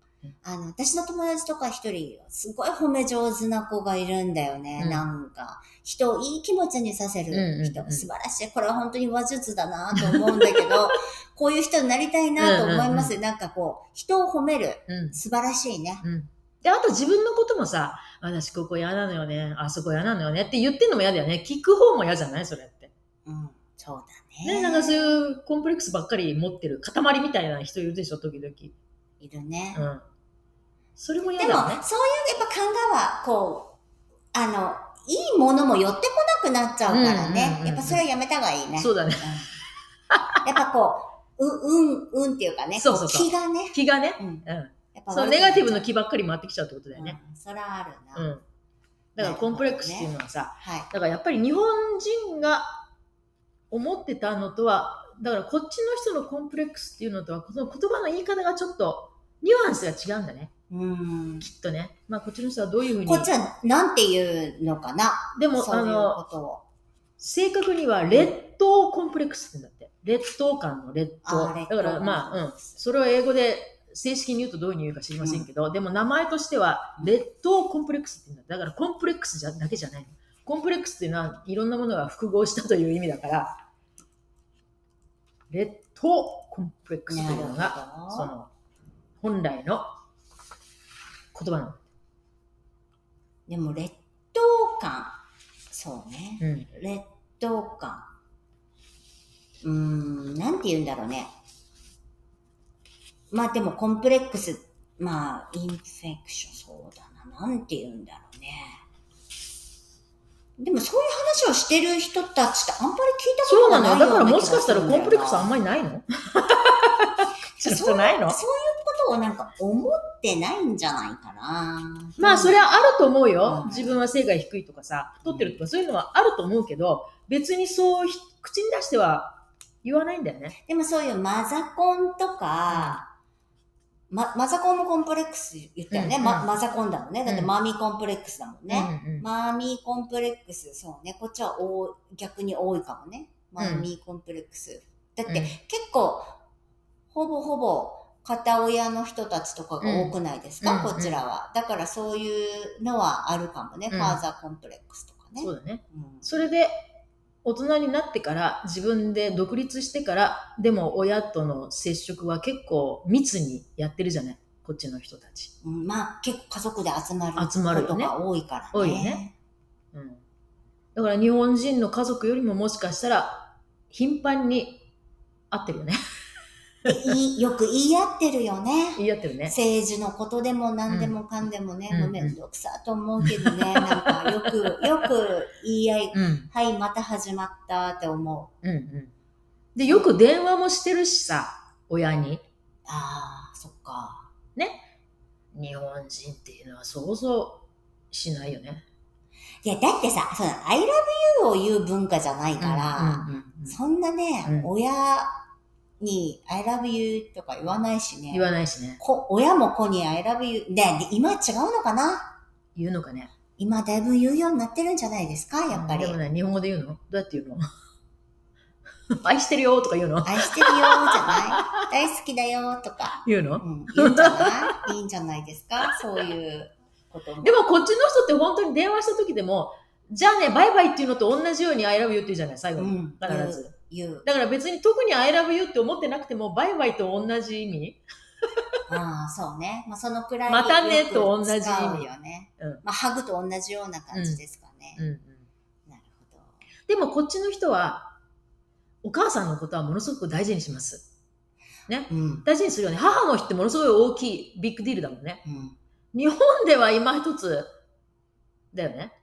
Speaker 2: あの、私の友達とか一人、すごい褒め上手な子がいるんだよね。
Speaker 1: うん
Speaker 2: なんか、人をいい気持ちにさせる人、
Speaker 1: うんうんうん
Speaker 2: 素晴らしい。これは本当に話術だなと思うんだけ
Speaker 1: *laughs*
Speaker 2: ど、こういう人になりたいなと思います。なんかこう、人を褒める。
Speaker 1: うん。うん
Speaker 2: 素晴らしいね。
Speaker 1: うん。で、あと自分のこともさ、私ここ嫌なのよね、あそこ嫌なのよねって言ってんのも嫌だよね。聞く方も嫌じゃないそれって。
Speaker 2: うん。そうだ
Speaker 1: ね、
Speaker 2: ね。
Speaker 1: なんかそういうコンプレックスばっかり持ってる塊みたいな人いるでしょ、時々。
Speaker 2: いるね。
Speaker 1: うん。それも嫌
Speaker 2: で
Speaker 1: だ
Speaker 2: も、
Speaker 1: よ
Speaker 2: そうい
Speaker 1: ね
Speaker 2: うやっ。ぱ考えは、こう、あの、いいものも寄ってこなくなっちゃうから
Speaker 1: うんうんうん
Speaker 2: ね
Speaker 1: う。ん
Speaker 2: やっぱそれはやめた方がいいね。
Speaker 1: そうだね。
Speaker 2: うんやっぱこう、う、うん、うんっていうかね、
Speaker 1: そうそうそう
Speaker 2: こ気がね、
Speaker 1: 気がね。
Speaker 2: うん、
Speaker 1: うん。
Speaker 2: やっぱ
Speaker 1: そう、
Speaker 2: 悪くなっちゃう
Speaker 1: ネガティブの気ばっかり回ってきちゃうってことだよね。
Speaker 2: うんそれはあるな。
Speaker 1: うん。だからコンプレックスっていうのはさ、
Speaker 2: はい。
Speaker 1: だからやっぱり日本人が思ってたのとは、だからこっちの人のコンプレックスっていうのとは、この言葉の言い方がちょっとニュアンスが違うんだね。
Speaker 2: うん。
Speaker 1: きっとね。まあこっちの人はどういうふうに
Speaker 2: こ。っちは、なんて言うのかな
Speaker 1: でも、
Speaker 2: そう
Speaker 1: あ
Speaker 2: いう
Speaker 1: の、
Speaker 2: ことを。
Speaker 1: 正確には劣等コンプレックスって言うんだって。劣等感の劣等。
Speaker 2: あー
Speaker 1: だ
Speaker 2: 劣
Speaker 1: か
Speaker 2: 等
Speaker 1: らまあ、うん。それを英語で正式に言うとどういう意味か知りませんけど、でも名前としては劣等コンプレックスって言うんだって。だからコンプレックスじゃだけじゃないの。コンプレックスっていうのはいろんなものが複合したという意味だから、劣等コンプレックスというの
Speaker 2: なる
Speaker 1: が、
Speaker 2: ほど
Speaker 1: その、本来の言葉なの。
Speaker 2: でも、劣等感。そうね。
Speaker 1: うん。
Speaker 2: 劣等感。うーん、なんて言うんだろうね。まあでも、コンプレックス。まあ、インフェクション、そうだな。なんて言うんだろうね。でも、そういう話をしてる人たちってあんまり聞いたこ
Speaker 1: そうな
Speaker 2: とがな
Speaker 1: の
Speaker 2: い
Speaker 1: だ
Speaker 2: よ
Speaker 1: から
Speaker 2: うな気
Speaker 1: も
Speaker 2: が
Speaker 1: しかし
Speaker 2: す
Speaker 1: たら
Speaker 2: るんだよな
Speaker 1: コンプレックスあんまりないの *laughs* ちょっとないの
Speaker 2: そういうことをなんか思ってないんじゃないかな。
Speaker 1: まあ、それはあると思うよ
Speaker 2: う。ん
Speaker 1: 自分は性が低いとかさ、太ってるとか、そういうのはあると思うけど、別にそうひ、口に出しては言わないんだよね。
Speaker 2: でもそういうマザコンとか、ま、マザコンもコンプレックス言ったよね。
Speaker 1: うん
Speaker 2: ま
Speaker 1: うん
Speaker 2: マザコンだもんね。だって
Speaker 1: うん
Speaker 2: マーミーコンプレックスだもんね。
Speaker 1: うんうん
Speaker 2: マーミーコンプレックス、そうね。こっちは多い逆に多いかもね。マーミーコンプレックス。だって
Speaker 1: うん
Speaker 2: 結構、ほぼほぼ、片親の人たちとかが多くないですか、
Speaker 1: うんうん
Speaker 2: こちらは。だからそういうのはあるかもね。
Speaker 1: うん
Speaker 2: ファーザーコンプレックスとかね。
Speaker 1: そうだね。
Speaker 2: うん
Speaker 1: それで、大人になってから、自分で独立してから、でも親との接触は結構密にやってるじゃないこっちの人たち。
Speaker 2: うんまあ結構家族で集まる
Speaker 1: 集まる
Speaker 2: こ
Speaker 1: よ
Speaker 2: と
Speaker 1: ね
Speaker 2: が多いからね。
Speaker 1: 多いよねうん。だから日本人の家族よりももしかしたら、頻繁に会ってるよね。 *laughs*
Speaker 2: いいよく言い合ってるよね。
Speaker 1: 言い合ってるね。
Speaker 2: 政治のことでも何でもかんでもね、
Speaker 1: うん
Speaker 2: もうめんどくさと思うけどね、なんかよく、よく言い合い、
Speaker 1: うん。
Speaker 2: はい、また始まったって思う。
Speaker 1: うんうん。で、よく電話もしてるしさ、親に。
Speaker 2: ああ、そっか。
Speaker 1: 日本人っていうのは想像しないよね。
Speaker 2: いや、だってさ、そうだ、I love you を言う文化じゃないから、
Speaker 1: うんうんうん
Speaker 2: そんなね、
Speaker 1: うん
Speaker 2: 親に I love you とか言わないし
Speaker 1: 言
Speaker 2: ね。
Speaker 1: わないしね。
Speaker 2: こ親も子に I love you。で、今違うのかな
Speaker 1: 言うのかね。
Speaker 2: 今だいぶ言うようになってるんじゃないですかやっぱり。
Speaker 1: でもね、日本語で言うのどうやって言うの *laughs* 愛してるよとか言うの
Speaker 2: 愛してるよじゃない大好きだよとか。
Speaker 1: 言うの
Speaker 2: うん、いいんじゃないいいんじゃないですかそういうことも。
Speaker 1: でもこっちの人って本当に電話した時でも、じゃあね、バイバイっていうのと同じように I love you って言うじゃない、最後
Speaker 2: う
Speaker 1: に。
Speaker 2: ん、
Speaker 1: 必ず。
Speaker 2: 言う。言う
Speaker 1: だから別に特に I love you って思ってなくても、バイバイと同じ意味
Speaker 2: ああ、そうね。まあ、そのくらい
Speaker 1: またね
Speaker 2: よく
Speaker 1: と同じ意味
Speaker 2: 使うよね。
Speaker 1: うん
Speaker 2: まあ、ハグと同じような感じですかね。
Speaker 1: んうん。
Speaker 2: なるほど。
Speaker 1: でもこっちの人は、お母さんのことはものすごく大事にします。
Speaker 2: うん。
Speaker 1: 大事にするよね。母の日ってものすごい大きいビッグディールだもんね。
Speaker 2: うん。
Speaker 1: 日本では今一つだよね。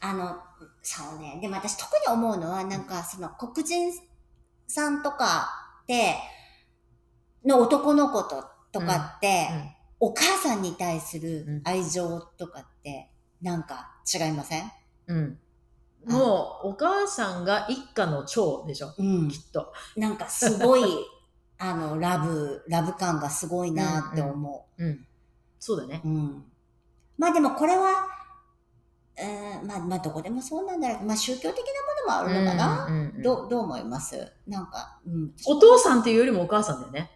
Speaker 2: あの、そうね。でも私特に思うのは、なんかその黒人さんとかって、の男の子と、とかって、お母さんに対する愛情とかって、なんか違いません
Speaker 1: うん。もう、お母さんが一家の長でしょ、
Speaker 2: うん。
Speaker 1: きっと。
Speaker 2: なんかすごい、 *laughs* あの、ラブ、ラブ感がすごいなって思
Speaker 1: うん。そうだね。
Speaker 2: う。うんまあでもこれは、うん、まあ、まあどこでもそうなんだろうけどまあ宗教的なものもあるのかな、
Speaker 1: うんうんうん
Speaker 2: どうどう思いますなんか、うん。
Speaker 1: お父さんっていうよりもお母さんだよね。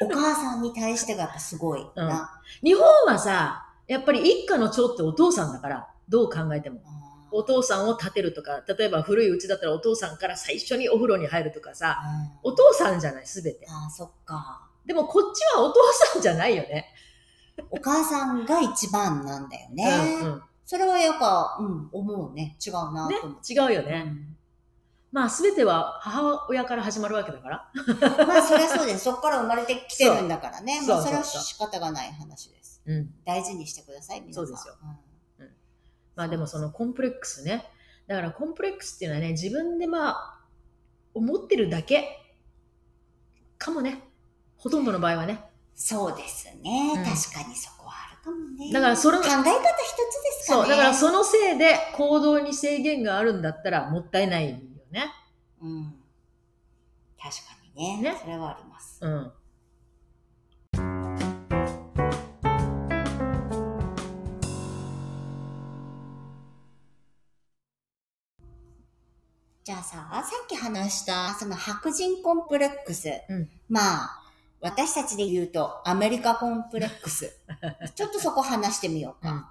Speaker 2: お母さんに対してがやっぱすごいな。
Speaker 1: 日本はさ、やっぱり一家の長ってお父さんだから、どう考えても。
Speaker 2: あー
Speaker 1: お父さんを立てるとか、例えば古いうちだったらお父さんから最初にお風呂に入るとかさ、
Speaker 2: うん
Speaker 1: お父さんじゃない、すべて。
Speaker 2: あー、そっか。
Speaker 1: でもこっちはお父さんじゃないよね。
Speaker 2: お母さんが一番なんだよね。
Speaker 1: うんうん
Speaker 2: それはやっぱ、うん、思うね。違うな
Speaker 1: ね
Speaker 2: と思っ、
Speaker 1: 違うよ
Speaker 2: て。う
Speaker 1: ね。
Speaker 2: ん
Speaker 1: まあ、すべては母親から始まるわけだから。
Speaker 2: まあそりゃそうです。そこから生まれてきてるんだからね。
Speaker 1: そう
Speaker 2: まあそれは
Speaker 1: そうそう
Speaker 2: 仕方がない話です。
Speaker 1: うん。
Speaker 2: 大事にしてください、皆さん。
Speaker 1: そうですよ
Speaker 2: ん
Speaker 1: まあ、でもそのコンプレックスね。だからコンプレックスっていうのはね、自分でまあ、思ってるだけかもね。ほとんどの場合はね。
Speaker 2: そうですね、
Speaker 1: うん
Speaker 2: 確かにそこはあるかもね。
Speaker 1: だからそれ
Speaker 2: 考え方一つですかね。
Speaker 1: そう。だからそのせいで行動に制限があるんだったらもったいないよね。
Speaker 2: うん。確かにね
Speaker 1: ね
Speaker 2: それはあります。
Speaker 1: うん。
Speaker 2: じゃあさ、さっき話した、その白人コンプレックス。
Speaker 1: うん
Speaker 2: まあ、私たちで言うと、アメリカコンプレッ
Speaker 1: *laughs*
Speaker 2: クス。ちょっとそこ話してみようか。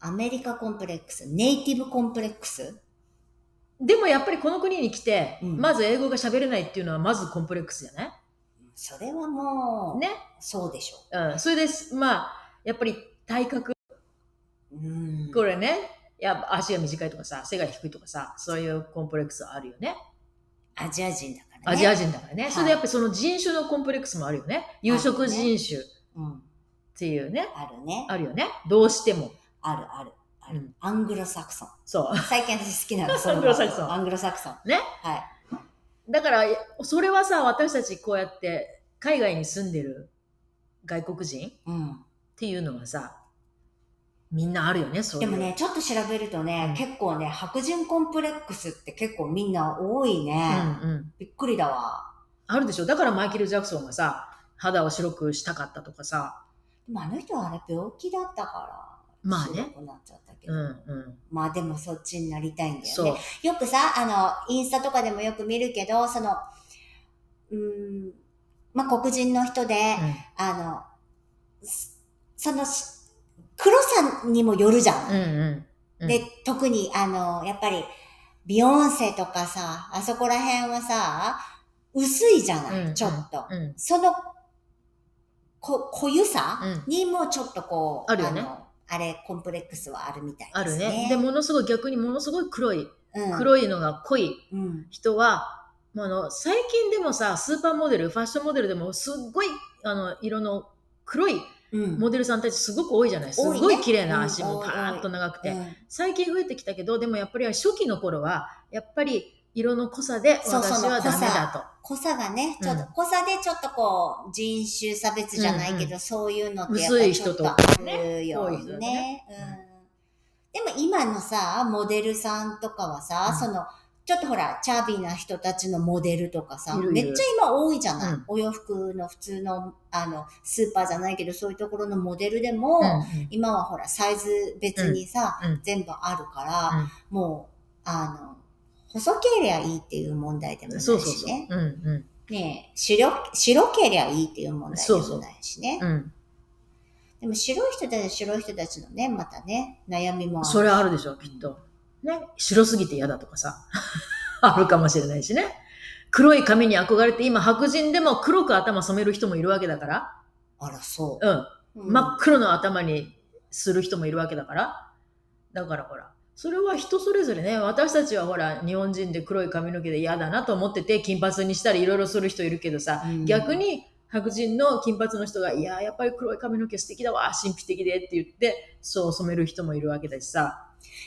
Speaker 2: アメリカコンプレックス、ネイティブコンプレックス。
Speaker 1: でもやっぱりこの国に来て、
Speaker 2: うん
Speaker 1: まず英語が喋れないっていうのはまずコンプレックスじゃない
Speaker 2: それはもう、
Speaker 1: ね。
Speaker 2: そうでしょ
Speaker 1: うん。それです。まあ、やっぱり体格、
Speaker 2: う。うん
Speaker 1: これね。いや足が短いとかさ、背が低いとかさ、そういうコンプレックスはあるよね。
Speaker 2: アジア人だからね。
Speaker 1: アジア人だからね。
Speaker 2: はい
Speaker 1: それでやっぱりその人種のコンプレックスもあるよね。有色人種っ
Speaker 2: うん。
Speaker 1: ていうね。
Speaker 2: あるね。
Speaker 1: あるよね。どうしても。
Speaker 2: あるある。ある
Speaker 1: うん
Speaker 2: アングロサクソン。
Speaker 1: そ
Speaker 2: 最近私好きなの、その
Speaker 1: *laughs* アングロサクソン
Speaker 2: アングロサクソン。
Speaker 1: ね。
Speaker 2: はい。
Speaker 1: う。だから、それはさ、私たちこうやって海外に住んでる外国人っ
Speaker 2: うん。
Speaker 1: ていうのはさ、みんなあるよね、そうい
Speaker 2: で
Speaker 1: う。
Speaker 2: もね、ちょっと調べるとね、
Speaker 1: うん
Speaker 2: 結構ね、白人コンプレックスって結構みんな多いね
Speaker 1: う。んうん。
Speaker 2: びっくりだわ。
Speaker 1: あるでしょ。だからマイケル・ジャクソンがさ、肌を白くしたかったとかさ。
Speaker 2: でもあの人はあれ病気だったから。
Speaker 1: まあね
Speaker 2: 強くなっちゃったけ
Speaker 1: う
Speaker 2: ど。
Speaker 1: んうん。
Speaker 2: まあでもそっちになりたいんだよ
Speaker 1: そう
Speaker 2: ね。。よくさ、あの、インスタとかでもよく見るけど、その、うーん、まあ黒人の人で、あの、すそのし、黒さにもよるじゃ
Speaker 1: うん
Speaker 2: ん。
Speaker 1: うんうん。
Speaker 2: で、特にあの、やっぱり、ビヨンセとかさ、あそこら辺はさ、薄いじゃない、
Speaker 1: うん
Speaker 2: ちょっと。
Speaker 1: うん。
Speaker 2: その、こ、濃ゆさ、
Speaker 1: うん
Speaker 2: にもちょっとこう、
Speaker 1: あるよね
Speaker 2: の、あれ、コンプレックスはあるみたい
Speaker 1: あ
Speaker 2: で
Speaker 1: る
Speaker 2: すね。
Speaker 1: ね。で、ものすごい逆にものすごい黒い、
Speaker 2: うん、
Speaker 1: 黒いのが濃い
Speaker 2: うん。
Speaker 1: 人は、まあ、あの最近でもさスーパーモデルファッションモデルでもすっごいあの色の黒い
Speaker 2: うん。
Speaker 1: モデルさんたちすごく多いじゃないす
Speaker 2: 多いね
Speaker 1: ごい綺麗な足
Speaker 2: うん
Speaker 1: も
Speaker 2: 多い
Speaker 1: パーッと長く
Speaker 2: う
Speaker 1: て
Speaker 2: ん
Speaker 1: 最近増えてきたけどでもやっぱり初期の頃はやっぱり色の濃さで
Speaker 2: そう
Speaker 1: 私
Speaker 2: そう
Speaker 1: はダメだ
Speaker 2: 濃さがね、
Speaker 1: うん
Speaker 2: ちょっと、濃さでちょっとこう、人種差別じゃないけど、
Speaker 1: うん
Speaker 2: そういうのってやっぱりちょっとあるよ
Speaker 1: 薄い人とかね多い人
Speaker 2: ね。
Speaker 1: とね
Speaker 2: うんでも今のさ、モデルさんとかはさ、
Speaker 1: うん
Speaker 2: その、ちょっとほら、チャビな人たちのモデルとかさ、
Speaker 1: いるいる
Speaker 2: めっちゃ今多いじゃない、
Speaker 1: うん
Speaker 2: お洋服の普通の、あの、スーパーじゃないけど、そういうところのモデルで
Speaker 1: と、
Speaker 2: も、
Speaker 1: うん
Speaker 2: 今はほら、サイズ別にさ、
Speaker 1: うんうん
Speaker 2: 全部あるから、もう、あの、細けりゃいいっていう問題でもないし
Speaker 1: そ
Speaker 2: ね。
Speaker 1: うそうそう、うんう
Speaker 2: ねえ、白、白けりゃいいっていう問題でもないしね。
Speaker 1: んうん、
Speaker 2: でも白い人たちは白い人たちのね、またね、悩みもある。
Speaker 1: それあるでしょきっと、ね、白すぎて嫌だとかさ *laughs* あるかもしれないしね黒い髪に憧れて今白人でも黒く頭染める人もいるわけだから、
Speaker 2: あら、そ
Speaker 1: うん、
Speaker 2: う。うん
Speaker 1: 真っ黒の頭にする人もいるわけだから。だからほら、それは人それぞれね、私たちはほら、日本人で黒い髪の毛で嫌だなと思ってて、金髪にしたりいろいろする人いるけどさ、
Speaker 2: うん
Speaker 1: 逆に白人の金髪の人が、いやー、やっぱり黒い髪の毛素敵だわ、神秘的でって言って、そう染める人もいるわけだしさ。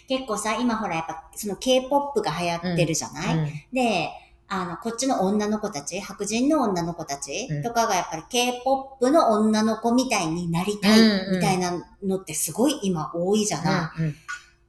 Speaker 2: 結構さ、今ほらやっぱ、その K-POP が流行ってるじゃない、
Speaker 1: うん
Speaker 2: で、あの、こっちの女の子たち、白人の女の子たち
Speaker 1: うん
Speaker 2: とかがやっぱり K-POP の女の子みたいになりたい
Speaker 1: うんうん
Speaker 2: みたいなのってすごい今多いじゃない、
Speaker 1: うん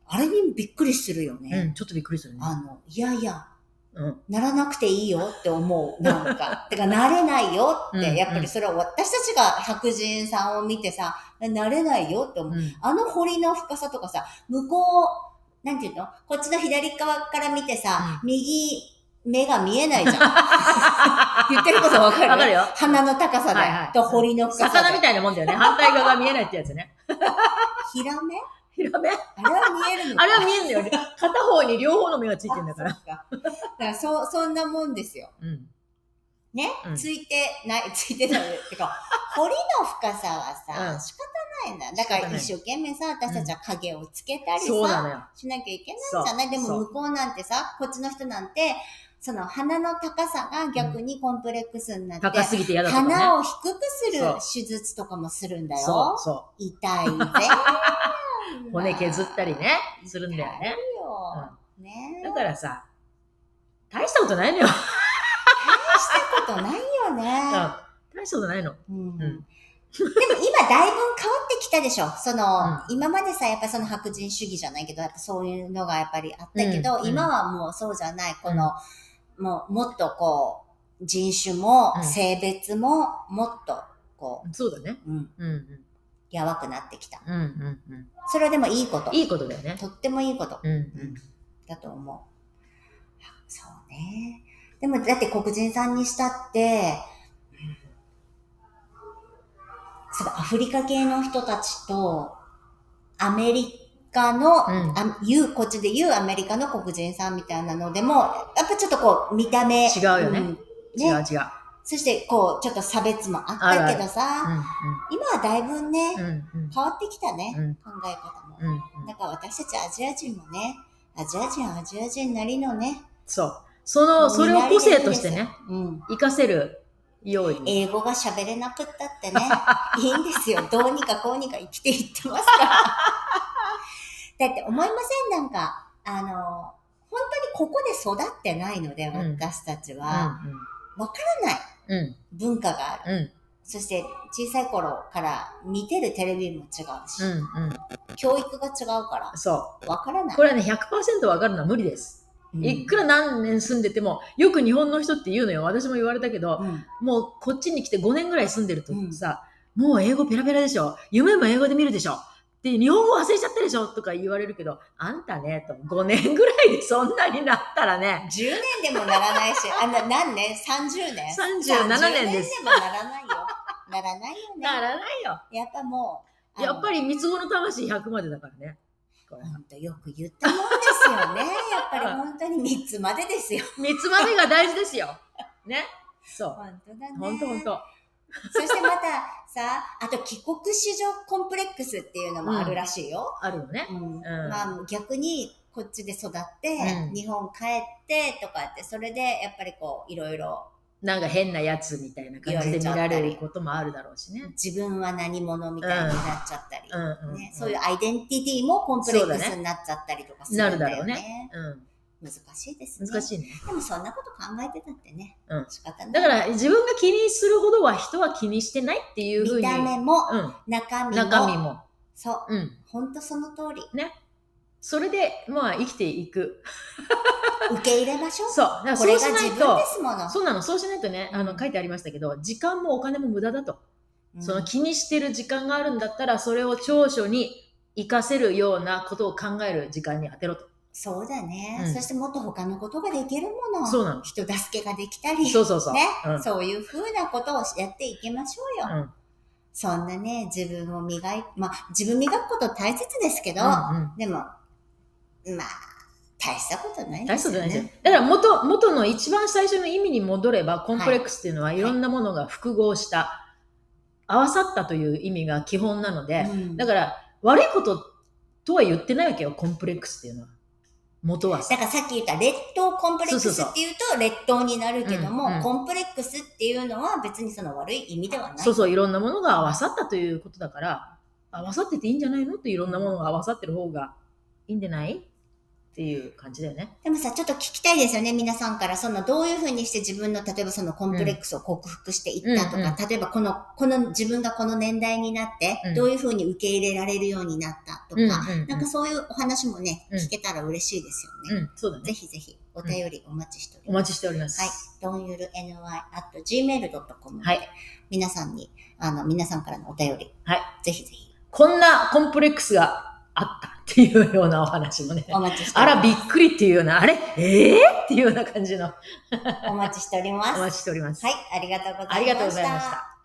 Speaker 2: あれにびっくりするよ
Speaker 1: うんう
Speaker 2: ね。
Speaker 1: ん、ちょっとびっくりするね。
Speaker 2: あの、いやいや、
Speaker 1: うん
Speaker 2: ならなくていいよって思う。な
Speaker 1: *laughs*
Speaker 2: んか。てか、なれないよっ
Speaker 1: うんうん
Speaker 2: て。やっぱりそれは私たちが白人さんを見てさ、なれないよって思う。
Speaker 1: うん
Speaker 2: あの堀の深さとかさ、向こう、なんていうのこっちの左側から見てさ、右目が見えないじゃん。
Speaker 1: *laughs*
Speaker 2: 言ってることわかる
Speaker 1: わかるよ
Speaker 2: 鼻の高さで、
Speaker 1: はいはい
Speaker 2: と堀の深さ
Speaker 1: 魚
Speaker 2: で
Speaker 1: み。たいなもんだよね。反対側が見えないってやつね。
Speaker 2: ヒラメ
Speaker 1: ひらめ
Speaker 2: あれは見えるのか
Speaker 1: あれは見えんのよね。片方に両方の目がついてんだから。
Speaker 2: あそっかだからそ、そんなもんですよ。
Speaker 1: うん。
Speaker 2: ね、
Speaker 1: うん
Speaker 2: ついてない、 *laughs* ついてない。
Speaker 1: *laughs*
Speaker 2: てか、堀の深さはさ、
Speaker 1: うん
Speaker 2: 仕方ないんだ。だか
Speaker 1: 仕方
Speaker 2: ら
Speaker 1: ない
Speaker 2: 一生懸命さ、私たちは影をつけたり
Speaker 1: そうな
Speaker 2: さ、
Speaker 1: のよ。
Speaker 2: しなきゃいけないじゃない
Speaker 1: そ
Speaker 2: で
Speaker 1: う
Speaker 2: も向こうなんてさ、こっちの人なんて、その鼻の高さが逆にコンプレックスになって、
Speaker 1: 高すぎて嫌だとかね。
Speaker 2: 鼻を低くする
Speaker 1: そう
Speaker 2: 手術とかもするんだ
Speaker 1: そう
Speaker 2: よ。
Speaker 1: そ
Speaker 2: 痛いぜ。
Speaker 1: う。 *laughs* 骨削ったりね、するんだよね。
Speaker 2: 痛いよ。ね
Speaker 1: だからさ、大したことないのよ。
Speaker 2: 大したことないよ
Speaker 1: うん
Speaker 2: ね。
Speaker 1: 大したことないの。
Speaker 2: うん
Speaker 1: ん
Speaker 2: でも今だいぶ変わってきたでしょ。その、今までさ、やっぱその白人主義じゃないけど、やっぱそういうのがやっぱりあったけど、
Speaker 1: うん
Speaker 2: 今はもうそうじゃない。この、もうもっとこう、人種も
Speaker 1: うん
Speaker 2: 性別ももっとこ
Speaker 1: そうだね。
Speaker 2: う、うん、
Speaker 1: うん
Speaker 2: やばくなってきた。
Speaker 1: うん。うんうん
Speaker 2: それはでもいいこと
Speaker 1: うん。。いいことだよね。
Speaker 2: とってもいいこと
Speaker 1: うん
Speaker 2: だと思う。そうね。でもだって黒人さんにしたって、うんそのアフリカ系の人たちと、アメリカの、
Speaker 1: うん
Speaker 2: あ言う、こっちで言うアメリカの黒人さんみたいなのでも、やっぱちょっとこう、見た目。
Speaker 1: 違うよね
Speaker 2: ん
Speaker 1: うん。違う
Speaker 2: ね。
Speaker 1: 違う。
Speaker 2: そして、こう、ちょっと差別もあったけどさ、今はだいぶね、
Speaker 1: うんうんうん
Speaker 2: 変わってきたね、
Speaker 1: うん
Speaker 2: 考え方も。
Speaker 1: うんうん。
Speaker 2: だから私たちアジア人もね、アジア人はアジア人なりのね、
Speaker 1: そう。その、それを個性としてね、
Speaker 2: うん。
Speaker 1: 活かせるように。
Speaker 2: 英語が喋れなくったっ
Speaker 1: *laughs*
Speaker 2: てね、いいんですよ。どうにかこうにか生きていってます
Speaker 1: *laughs*
Speaker 2: から。だって思いませんなんか、あの、本当にここで育ってないので、
Speaker 1: うん
Speaker 2: 私たち
Speaker 1: う
Speaker 2: は。
Speaker 1: ん
Speaker 2: わ、からない
Speaker 1: うん。うん
Speaker 2: 文化がある。
Speaker 1: うん
Speaker 2: そして小さい頃から見てるテレビも違うし、
Speaker 1: うんうん。
Speaker 2: 教育が違うから、
Speaker 1: そ
Speaker 2: わからな
Speaker 1: う。
Speaker 2: い
Speaker 1: こ。れはね、100%わかるのは無理です。
Speaker 2: うん
Speaker 1: いくら何年住んでても、よく日本の人って言うのよ。私も言われたけど、
Speaker 2: うん
Speaker 1: もうこっちに来て5年ぐらい住んでるとさ、もう英語ペラペラでしょ夢も英語で見るでしょって日本語忘れちゃったでしょとか言われるけど、あんたね、と5年ぐらいでそんなになったらね、
Speaker 2: 10年でもならないし、あな何年
Speaker 1: 37
Speaker 2: ?30 年
Speaker 1: 年です
Speaker 2: 30年でもならないよ。ならないよね。
Speaker 1: ならないよ。
Speaker 2: やっぱもう。
Speaker 1: やっぱ
Speaker 2: り。
Speaker 1: り三つ子の魂100までだからね。これ
Speaker 2: 本当よく言ったもんですよね。やっぱり本当に3つまでです *laughs* よ。
Speaker 1: 三つまでが大事ですよ。ね。そう。
Speaker 2: 本当だね。
Speaker 1: ほんとほんと。
Speaker 2: そしてまたさ、あと帰国子女コンプレックスっていうのもあるらしいよ。
Speaker 1: あるよね。
Speaker 2: う
Speaker 1: ん
Speaker 2: んまあ逆にこっちで育って、
Speaker 1: うん
Speaker 2: 日本帰ってとかって、それでやっぱりこういろいろ
Speaker 1: なんか変なやつみたいな感じで見られることもあるだろうしね。
Speaker 2: 自分は何者みたいになっちゃったり。
Speaker 1: うんうん、
Speaker 2: ね、そういうアイデンティティもコンプレックスになっちゃったりとかするんだよね。
Speaker 1: なるだろうね
Speaker 2: 難しいです
Speaker 1: う
Speaker 2: ね。
Speaker 1: ん。難しいね。
Speaker 2: でもそんなこと考えてたってね。
Speaker 1: うん
Speaker 2: 仕方ない。
Speaker 1: だから自分が気にするほどは人は気にしてないっていうふう
Speaker 2: 見
Speaker 1: に。
Speaker 2: た目も
Speaker 1: うん。
Speaker 2: 中身も。
Speaker 1: 中身も。
Speaker 2: そう。
Speaker 1: うん。
Speaker 2: ほんとその通り。
Speaker 1: それで、まあ生きていく。
Speaker 2: 受け入れましょう。
Speaker 1: そう。だから
Speaker 2: こ
Speaker 1: そ
Speaker 2: れ
Speaker 1: う
Speaker 2: が
Speaker 1: しない
Speaker 2: 自分
Speaker 1: と
Speaker 2: で、すもの。
Speaker 1: そうなの、そうしないとね、あの、書いてありましたけど、時間もお金も無駄だと。
Speaker 2: うん
Speaker 1: その気にしてる時間があるんだったら、それを長所に活かせるようなことを考える時間に当てろと。
Speaker 2: そうだね、
Speaker 1: うん
Speaker 2: そしてもっと他のことができるもの。
Speaker 1: そうなの。
Speaker 2: 人助けができたり。
Speaker 1: そうそうそう。
Speaker 2: ね、
Speaker 1: うん
Speaker 2: そういうふうなことをやっていきましょうよ。
Speaker 1: うん
Speaker 2: そんなね、自分を磨い、まあ、自分磨くこと大切ですけど、
Speaker 1: うんうん
Speaker 2: でも、まあ、大したことない
Speaker 1: 大
Speaker 2: で
Speaker 1: した
Speaker 2: す
Speaker 1: こ
Speaker 2: よ
Speaker 1: とないですよ
Speaker 2: ね。。
Speaker 1: だから元、元の一番最初の意味に戻れば、コンプレックスっていうのは、い、ろんなものが複合した、合わさったという意味が基本なので、
Speaker 2: うん
Speaker 1: だから、悪いこととは言ってないわけよ、コンプレックスっていうのは。元は
Speaker 2: だ
Speaker 1: さ。
Speaker 2: からさっき言った劣等コンプレックス
Speaker 1: そう
Speaker 2: っ
Speaker 1: そうそう
Speaker 2: ていうと劣等になるけども、
Speaker 1: うんうん
Speaker 2: コンプレックスっていうのは別にその悪い意味ではない。
Speaker 1: そうそう、いろんなものが合わさったということだから、合わさってていいんじゃないのっていろんなものが合わさってる方がいいんでないっていう感じだよね。
Speaker 2: でもさ、ちょっと聞きたいですよね、皆さんから。その、どういうふうにして自分の、例えばそのコンプレックスを克服していったとか、
Speaker 1: うんうん
Speaker 2: 例えばこの、この自分がこの年代になって、
Speaker 1: うん
Speaker 2: どういうふうに受け入れられるようになったとか、
Speaker 1: うんうんうん
Speaker 2: なんかそういうお話もね、
Speaker 1: うん
Speaker 2: 聞けたら嬉しいですよ
Speaker 1: う
Speaker 2: ね。
Speaker 1: ん、そうだ
Speaker 2: ぜ
Speaker 1: ね。
Speaker 2: ひぜひ、お便りお待ちしており
Speaker 1: お
Speaker 2: ます。
Speaker 1: 待ちしております。
Speaker 2: はい。どんゆる ny.gmail.com。
Speaker 1: はい。
Speaker 2: 皆さんに、あの、皆さんからのお便り。
Speaker 1: はい
Speaker 2: ぜひぜひ、
Speaker 1: こんなコンプレックスがあったっていうようなお話もね。
Speaker 2: お待ちしてお
Speaker 1: あ
Speaker 2: り
Speaker 1: ら、
Speaker 2: ま
Speaker 1: びっくりっていうような、あれええっていうような感じの
Speaker 2: す。お待ちしております。
Speaker 1: お
Speaker 2: はい
Speaker 1: 待ちしております。。
Speaker 2: ありがとうございました。
Speaker 1: ありがとうございました。